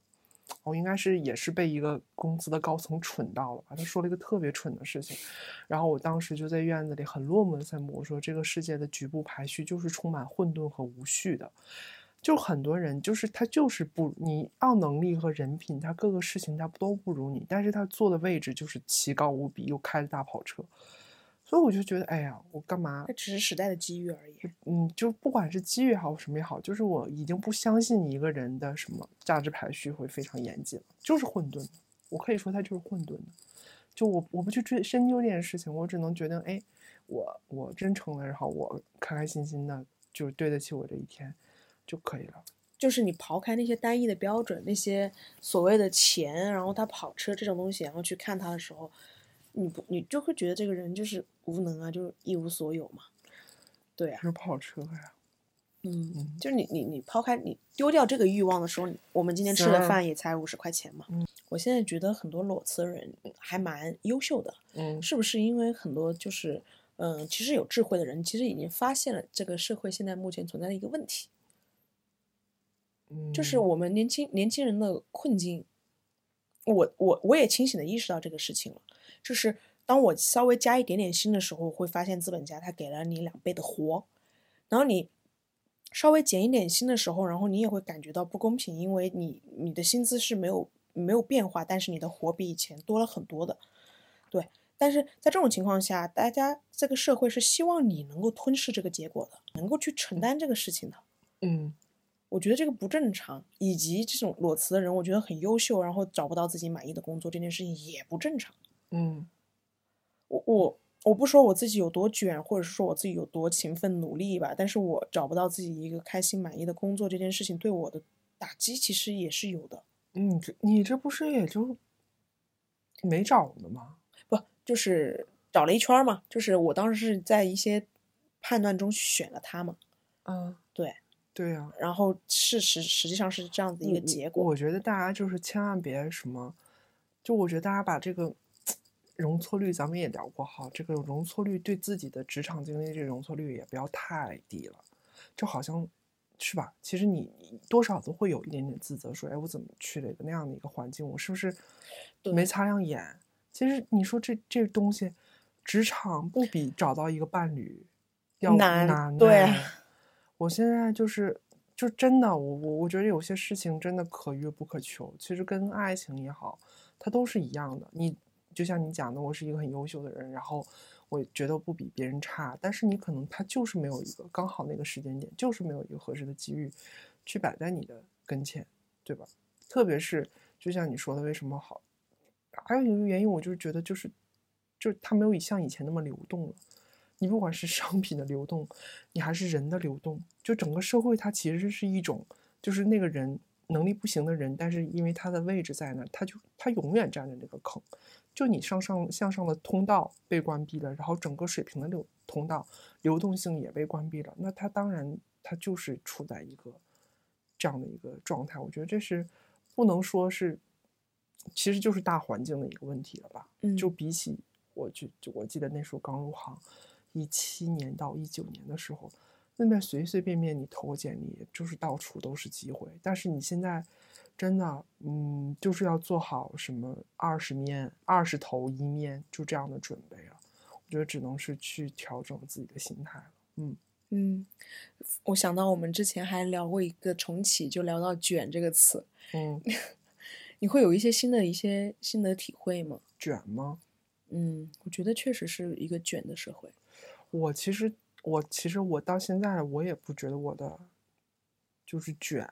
Speaker 2: 我应该是也是被一个公司的高层蠢到了吧？他说了一个特别蠢的事情，然后我当时就在院子里很落寞的散步，我说这个世界的局部排序就是充满混沌和无序的，就很多人就是他就是不你要能力和人品，他各个事情他都不如你，但是他坐的位置就是奇高无比，又开着大跑车，所以我就觉得哎呀，我干嘛
Speaker 1: 那只是时代的机遇而已。
Speaker 2: 嗯，就不管是机遇也好，什么也好，就是我已经不相信一个人的什么价值排序会非常严谨了，就是混沌的。我可以说它就是混沌的。就我我不去追深究这件事情，我只能决定，哎，我我真诚了，然后我开开心心的，就是对得起我这一天就可以了。
Speaker 1: 就是你刨开那些单一的标准，那些所谓的钱，然后他跑车这种东西，然后去看他的时候，你不你就会觉得这个人就是无能啊，就是一无所有嘛。对啊
Speaker 2: 就，是跑车呀，
Speaker 1: 嗯
Speaker 2: 嗯，
Speaker 1: 就是你你你抛开你丢掉这个欲望的时候，你我们今天吃的
Speaker 2: 是
Speaker 1: 饭也才五十块钱嘛。我现在觉得很多裸辞的人还蛮优秀的，
Speaker 2: 嗯
Speaker 1: 是不是因为很多就是嗯、呃其实有智慧的人其实已经发现了这个社会现在目前存在的一个问题，就是
Speaker 2: 嗯
Speaker 1: 我们年轻年轻人的困境，我我我也清醒的意识到这个事情了。就是当我稍微加一点点薪的时候，会发现资本家他给了你两倍的活，然后你稍微减一点薪的时候，然后你也会感觉到不公平，因为你你的薪资是没有没有变化，但是你的活比以前多了很多的。对，但是在这种情况下，大家这个社会是希望你能够吞噬这个结果的，能够去承担这个事情的。
Speaker 2: 嗯
Speaker 1: 我觉得这个不正常，以及这种裸辞的人，我觉得很优秀，然后找不到自己满意的工作这件事情也不正常。
Speaker 2: 嗯
Speaker 1: 我我我不说我自己有多卷，或者是说我自己有多勤奋努力吧，但是我找不到自己一个开心满意的工作这件事情，对我的打击其实也是有的。
Speaker 2: 嗯，这你这不是也就没找呢吗？
Speaker 1: 不就是找了一圈儿嘛，就是我当时是在一些判断中选了他嘛，
Speaker 2: 嗯，
Speaker 1: 对
Speaker 2: 对呀、
Speaker 1: 然后事实实际上是这样子一个
Speaker 2: 我
Speaker 1: 结
Speaker 2: 嗯我
Speaker 1: 果。
Speaker 2: 我觉得大家就是千万别什么，就我觉得大家把这个容错率，咱们也聊过哈，这个容错率对自己的职场经历这个容错率也不要太低了，就好像是吧？其实你多少都会有一点点自责，说哎，我怎么去了一个那样的一个环境，我是不是没擦亮眼？其实你说这这东西，职场不比找到一个伴侣要
Speaker 1: 难
Speaker 2: 难
Speaker 1: 对啊
Speaker 2: 哎我现在就是，就真的，我我我觉得有些事情真的可遇不可求。其实跟爱情也好，它都是一样的。你就像你讲的，我是一个很优秀的人，然后我觉得不比别人差，但是你可能他就是没有一个刚好那个时间点，就是没有一个合适的机遇去摆在你的跟前，对吧？特别是就像你说的，为什么好？还有一个原因，我就是觉得就是，就是它没有以像以前那么流动了。你不管是 <laughs> 商品的流动，你还是人的流动，就整个社会它其实是一种，就是那个人能力不行的人，但是因为他的位置在那儿，他就他永远站在这个坑。就你上上向上的通道被关闭了，然后整个水平的流通道流动性也被关闭了，那它当然它就是处在一个这样的一个状态。我觉得这是不能说是，其实就是大环境的一个问题了吧。
Speaker 1: 嗯
Speaker 2: 就比起我就就我记得那时候刚入行，一七年到一九年的时候，那边随随便便你投个简历，就是到处都是机会。但是你现在真的，嗯，就是要做好什么二十面、二十投一啊面，就这样的准备了。我觉得只能是去调整自己的心态了。嗯
Speaker 1: 嗯，我想到我们之前还聊过一个重启，就聊到“卷”这个词，
Speaker 2: 嗯，
Speaker 1: 你会有一些新的一些心得体会吗？
Speaker 2: 卷吗？
Speaker 1: 嗯，我觉得确实是一个卷的社会。
Speaker 2: 我其实我其实我到现在我也不觉得我的就是卷，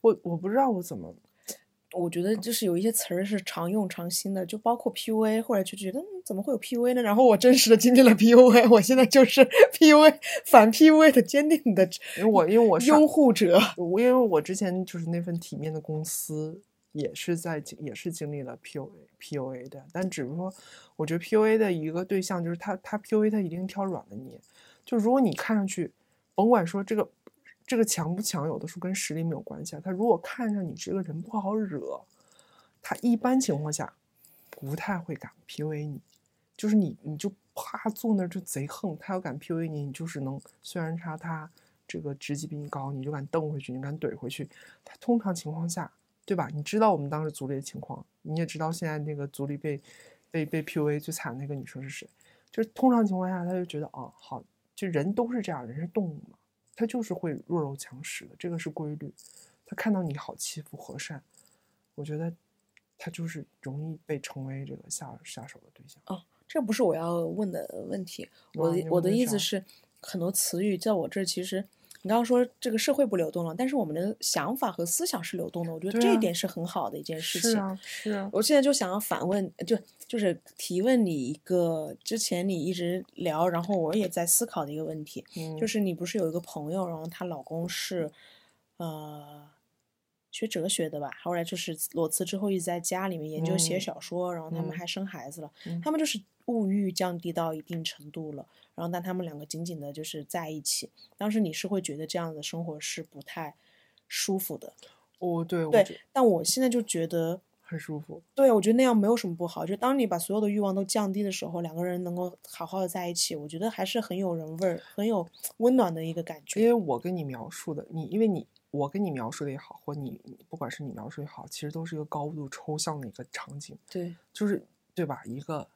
Speaker 2: 我我不知道我怎么
Speaker 1: 我觉得就是有一些词儿是常用常新的，就包括 PUA，后来就觉得、嗯、怎么会有 PUA 呢？然后我真实的经历了 PUA，我现在就是 <laughs> PUA 反 PUA 的坚定的
Speaker 2: 因为我因为我上
Speaker 1: 拥护者。
Speaker 2: 我因为我之前就是那份体面的公司，也是在经也是经历了 PUA PUA 的，但只不过我觉得 PUA 的一个对象就是他他 PUA 他一定挑软了你，就如果你看上去，甭管说这个这个强不强，有的时候跟实力没有关系啊，他如果看上你这个人不好惹，他一般情况下不太会敢 PUA 你，就是你你就啪坐那儿就贼横，他要敢 PUA 你，你就是能虽然他他这个职级比你高，你就敢瞪回去，你敢怼回去。他通常情况下，对吧？你知道我们当时组里的情况，你也知道现在那个组里被被被 PUA 最惨的那个女生是谁，就是通常情况下他就觉得啊，好，就人都是这样，人是动物嘛，他就是会弱肉强食的，这个是规律。他看到你好欺负和善，我觉得他就是容易被成为这个下下手的对象。
Speaker 1: 这不是我要问的呃问题，我
Speaker 2: 啊
Speaker 1: 的
Speaker 2: 你
Speaker 1: 我
Speaker 2: 问
Speaker 1: 的
Speaker 2: 的
Speaker 1: 意
Speaker 2: 啥
Speaker 1: 思是，很多词语在我这儿其实，你刚刚说这个社会不流动了，但是我们的想法和思想是流动的，我觉得
Speaker 2: 对
Speaker 1: 这一
Speaker 2: 啊
Speaker 1: 点是很好的一件事
Speaker 2: 是
Speaker 1: 情。
Speaker 2: 啊，是啊，
Speaker 1: 我现在就想要反问，就就是提问你一个之前你一直聊，然后我也在思考的一个问题，
Speaker 2: 嗯
Speaker 1: 就是你不是有一个朋友，然后她老公是，呃，学哲学的吧？后来就是裸辞之后一直在家里面研究写
Speaker 2: 嗯
Speaker 1: 小说，然后他们
Speaker 2: 嗯
Speaker 1: 还生孩子了，
Speaker 2: 嗯
Speaker 1: 他们就是物欲降低到一定程度了，然后但他们两个紧紧的就是在一起。当时你是会觉得这样的生活是不太舒服的，
Speaker 2: 哦，对，我
Speaker 1: 对
Speaker 2: 觉得
Speaker 1: 但我现在就觉得。
Speaker 2: 很舒服。
Speaker 1: 对，我觉得那样没有什么不好。就当你把所有的欲望都降低的时候，两个人能够好好的在一起，我觉得还是很有人味儿、很有温暖的一个感
Speaker 2: 因
Speaker 1: 觉。
Speaker 2: 为我跟你描述的，你因为你我跟你描述的也好，或你你不管是你描述也好，其实都是一个高度抽象的一个场景，
Speaker 1: 对，
Speaker 2: 就是对吧？一个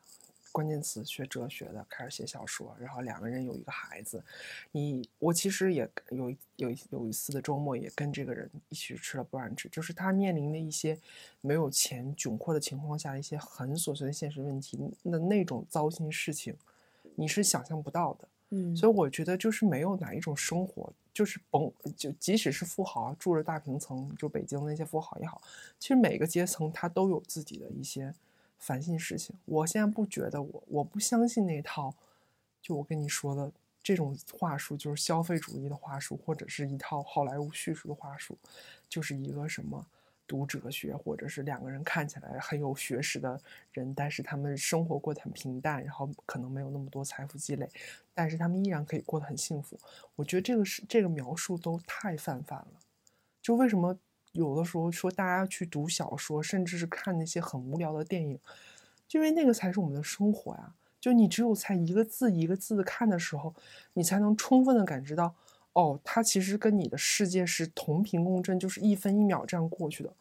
Speaker 2: 关键词学哲学的开始写小说，然后两个人有一个孩子，你我其实也有一有一有一次的周末也跟这个人一起去吃了 brunch，就是他面临的一些没有钱窘迫的情况下，一些很琐碎的现实问题，那那种糟心事情，你是想象不到的。
Speaker 1: 嗯，
Speaker 2: 所以我觉得就是没有哪一种生活，就是甭就即使是富豪住着大平层，就北京那些富豪也好，其实每个阶层他都有自己的一些烦心事情。我现在不觉得我我不相信那套，就我跟你说的这种话术，就是消费主义的话术，或者是一套好莱坞叙述的话术，就是一个什么。读哲学，或者是两个人看起来很有学识的人，但是他们生活过得很平淡，然后可能没有那么多财富积累，但是他们依然可以过得很幸福。我觉得这个是这个描述都太泛泛了。就为什么有的时候说大家去读小说，甚至是看那些很无聊的电影，就因为那个才是我们的生活呀。就你只有在一个字一个字的看的时候，你才能充分的感知到，哦，它其实跟你的世界是同频共振，就是一分一秒这样过去的。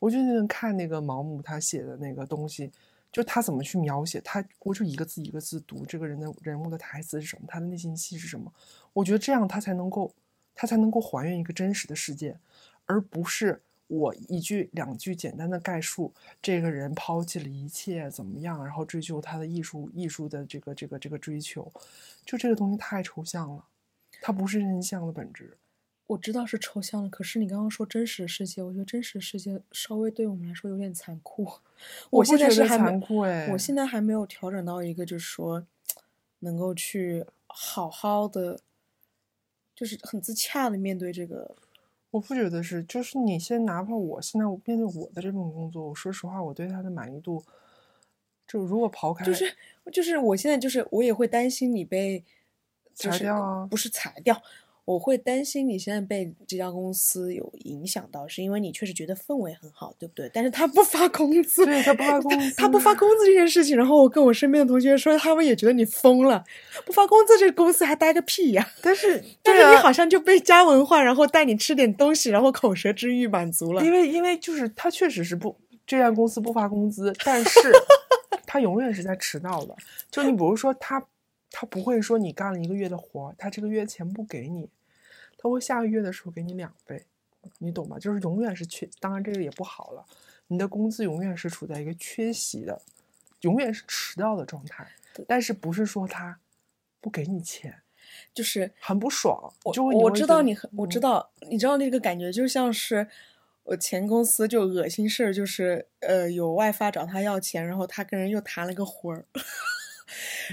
Speaker 2: 我就那天看那个毛姆他写的那个东西，就他怎么去描写他，我就一个字一个字读这个人的人物的台词是什么，他的内心戏是什么。我觉得这样他才能够，他才能够还原一个真实的世界，而不是我一句两句简单的概述这个人抛弃了一切怎么样，然后追求他的艺术艺术的这个这个这个追求，就这个东西太抽象了，它不是人像的本质。
Speaker 1: 我知道是抽象的，可是你刚刚说真实的世界，我觉得真实的世界稍微对我们来说有点残酷。
Speaker 2: 我
Speaker 1: 现
Speaker 2: 不
Speaker 1: 在
Speaker 2: 觉
Speaker 1: 是
Speaker 2: 得
Speaker 1: 还没
Speaker 2: 残酷哎，
Speaker 1: 我现在还没有调整到一个，就是说能够去好好的，就是很自洽的面对这个。
Speaker 2: 我不觉得是，就是你先哪怕我现在我面对我的这份工作，我说实话，我对它的满意度，就如果刨开，
Speaker 1: 就是就是我现在就是我也会担心你被就
Speaker 2: 裁
Speaker 1: 是
Speaker 2: 掉啊
Speaker 1: 不是裁掉，我会担心你现在被这家公司有影响到，是因为你确实觉得氛围很好，对不对？但是他不发工资，
Speaker 2: 对他不发工
Speaker 1: <laughs> 他不发
Speaker 2: 资
Speaker 1: 工资这件事情，然后我跟我身边的同学说，他们也觉得你疯了，不发工资这公司还待个屁呀、
Speaker 2: 但是
Speaker 1: 但
Speaker 2: 对
Speaker 1: 是你
Speaker 2: 啊
Speaker 1: 好像就被加文化，然后带你吃点东西，然后口舌之欲满足了
Speaker 2: 因。为因为就是他确实是不这家公
Speaker 1: <laughs>
Speaker 2: 司不发工资，但是他永远是在迟到的。就你比如说他他不会说你干了一个月的活儿，他这个月钱不给你，他会下个月的时候给你两倍，你懂吧？就是永远是缺，当然这个也不好了，你的工资永远是处在一个缺席的，永远是迟到的状态。但是不是说他不给你钱，
Speaker 1: 就是
Speaker 2: 很不爽，
Speaker 1: 我
Speaker 2: 就会
Speaker 1: 我
Speaker 2: 会
Speaker 1: 知
Speaker 2: 觉
Speaker 1: 道
Speaker 2: 得
Speaker 1: 你很，我知道，你知道那个感觉，就像是我前公司就恶心事儿，就是呃有外发找他要钱，然后他跟人又谈了个活儿，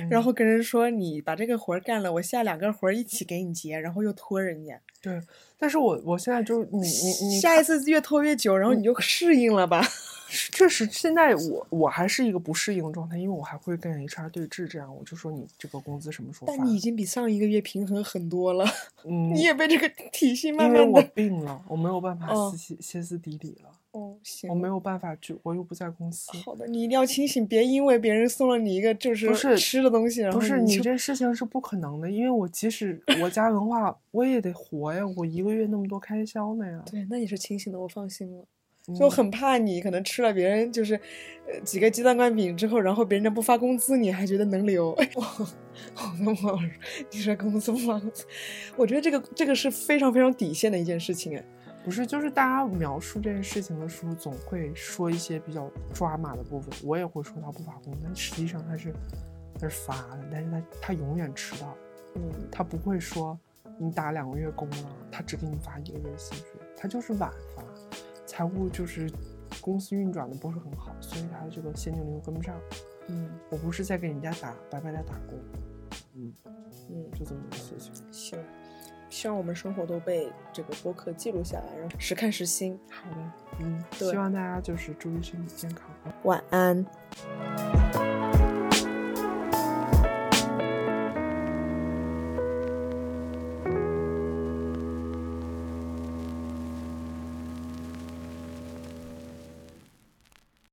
Speaker 1: 然
Speaker 2: 嗯
Speaker 1: 后跟人说你把这个活儿干了，我下两个活儿一起给你结，然后又拖人家，
Speaker 2: 对，但是我我现在就是你你你
Speaker 1: 下一次越拖越久，然后你就适应了吧？
Speaker 2: 是确实，现在我我还是一个不适应的状态，因为我还会跟 HR 对峙，这样我就说你这个工资什么时候发？
Speaker 1: 但你已经比上一个月平衡很多了， <laughs>
Speaker 2: 嗯，
Speaker 1: 你也被这个体系慢
Speaker 2: 因为
Speaker 1: 慢
Speaker 2: 我
Speaker 1: 的，
Speaker 2: 病了，我没有办法
Speaker 1: 哦
Speaker 2: 歇歇歇斯底里了，
Speaker 1: 哦，行
Speaker 2: 我，没有办法去，我又不在公司。
Speaker 1: 好的，你一定要清醒，别因为别人送了你一个就
Speaker 2: 不是
Speaker 1: 吃的东西，然后
Speaker 2: 不是你
Speaker 1: 就
Speaker 2: 这事情是不可能的，因为我即使我家文化，我也得活呀，我一个月那么多开销呢呀，
Speaker 1: 对，那也是清醒的，我放心了。
Speaker 2: 嗯
Speaker 1: <laughs> 就很怕你可能吃了别人就是，呃，几个鸡蛋灌饼之后，然后别人家不发工资，你还觉得能留。 <laughs> 我我跟我老师你说工资不 <laughs> 发工资，我觉得这个这个是非常非常底线的一件事情哎。
Speaker 2: 不是，就是大家描述这件事情的时候，总会说一些比较抓马的部分。我也会说他不发工，但实际上他是他是发的，但是他他永远迟到，
Speaker 1: 嗯，
Speaker 2: 他不会说你打两个月工了，他只给你发一个月的薪水，他就是晚发。财务就是公司运转的不是很好，所以他的这个现金流跟不上。
Speaker 1: 嗯，
Speaker 2: 我不是在给人家打白白的打工，嗯
Speaker 1: 嗯
Speaker 2: 就这么个事情。
Speaker 1: 行，希望我们生活都被这个播客记录下来，然后时看时新。
Speaker 2: 好的，嗯，
Speaker 1: 对
Speaker 2: 希望大家就是注意身体健康。
Speaker 1: 晚安。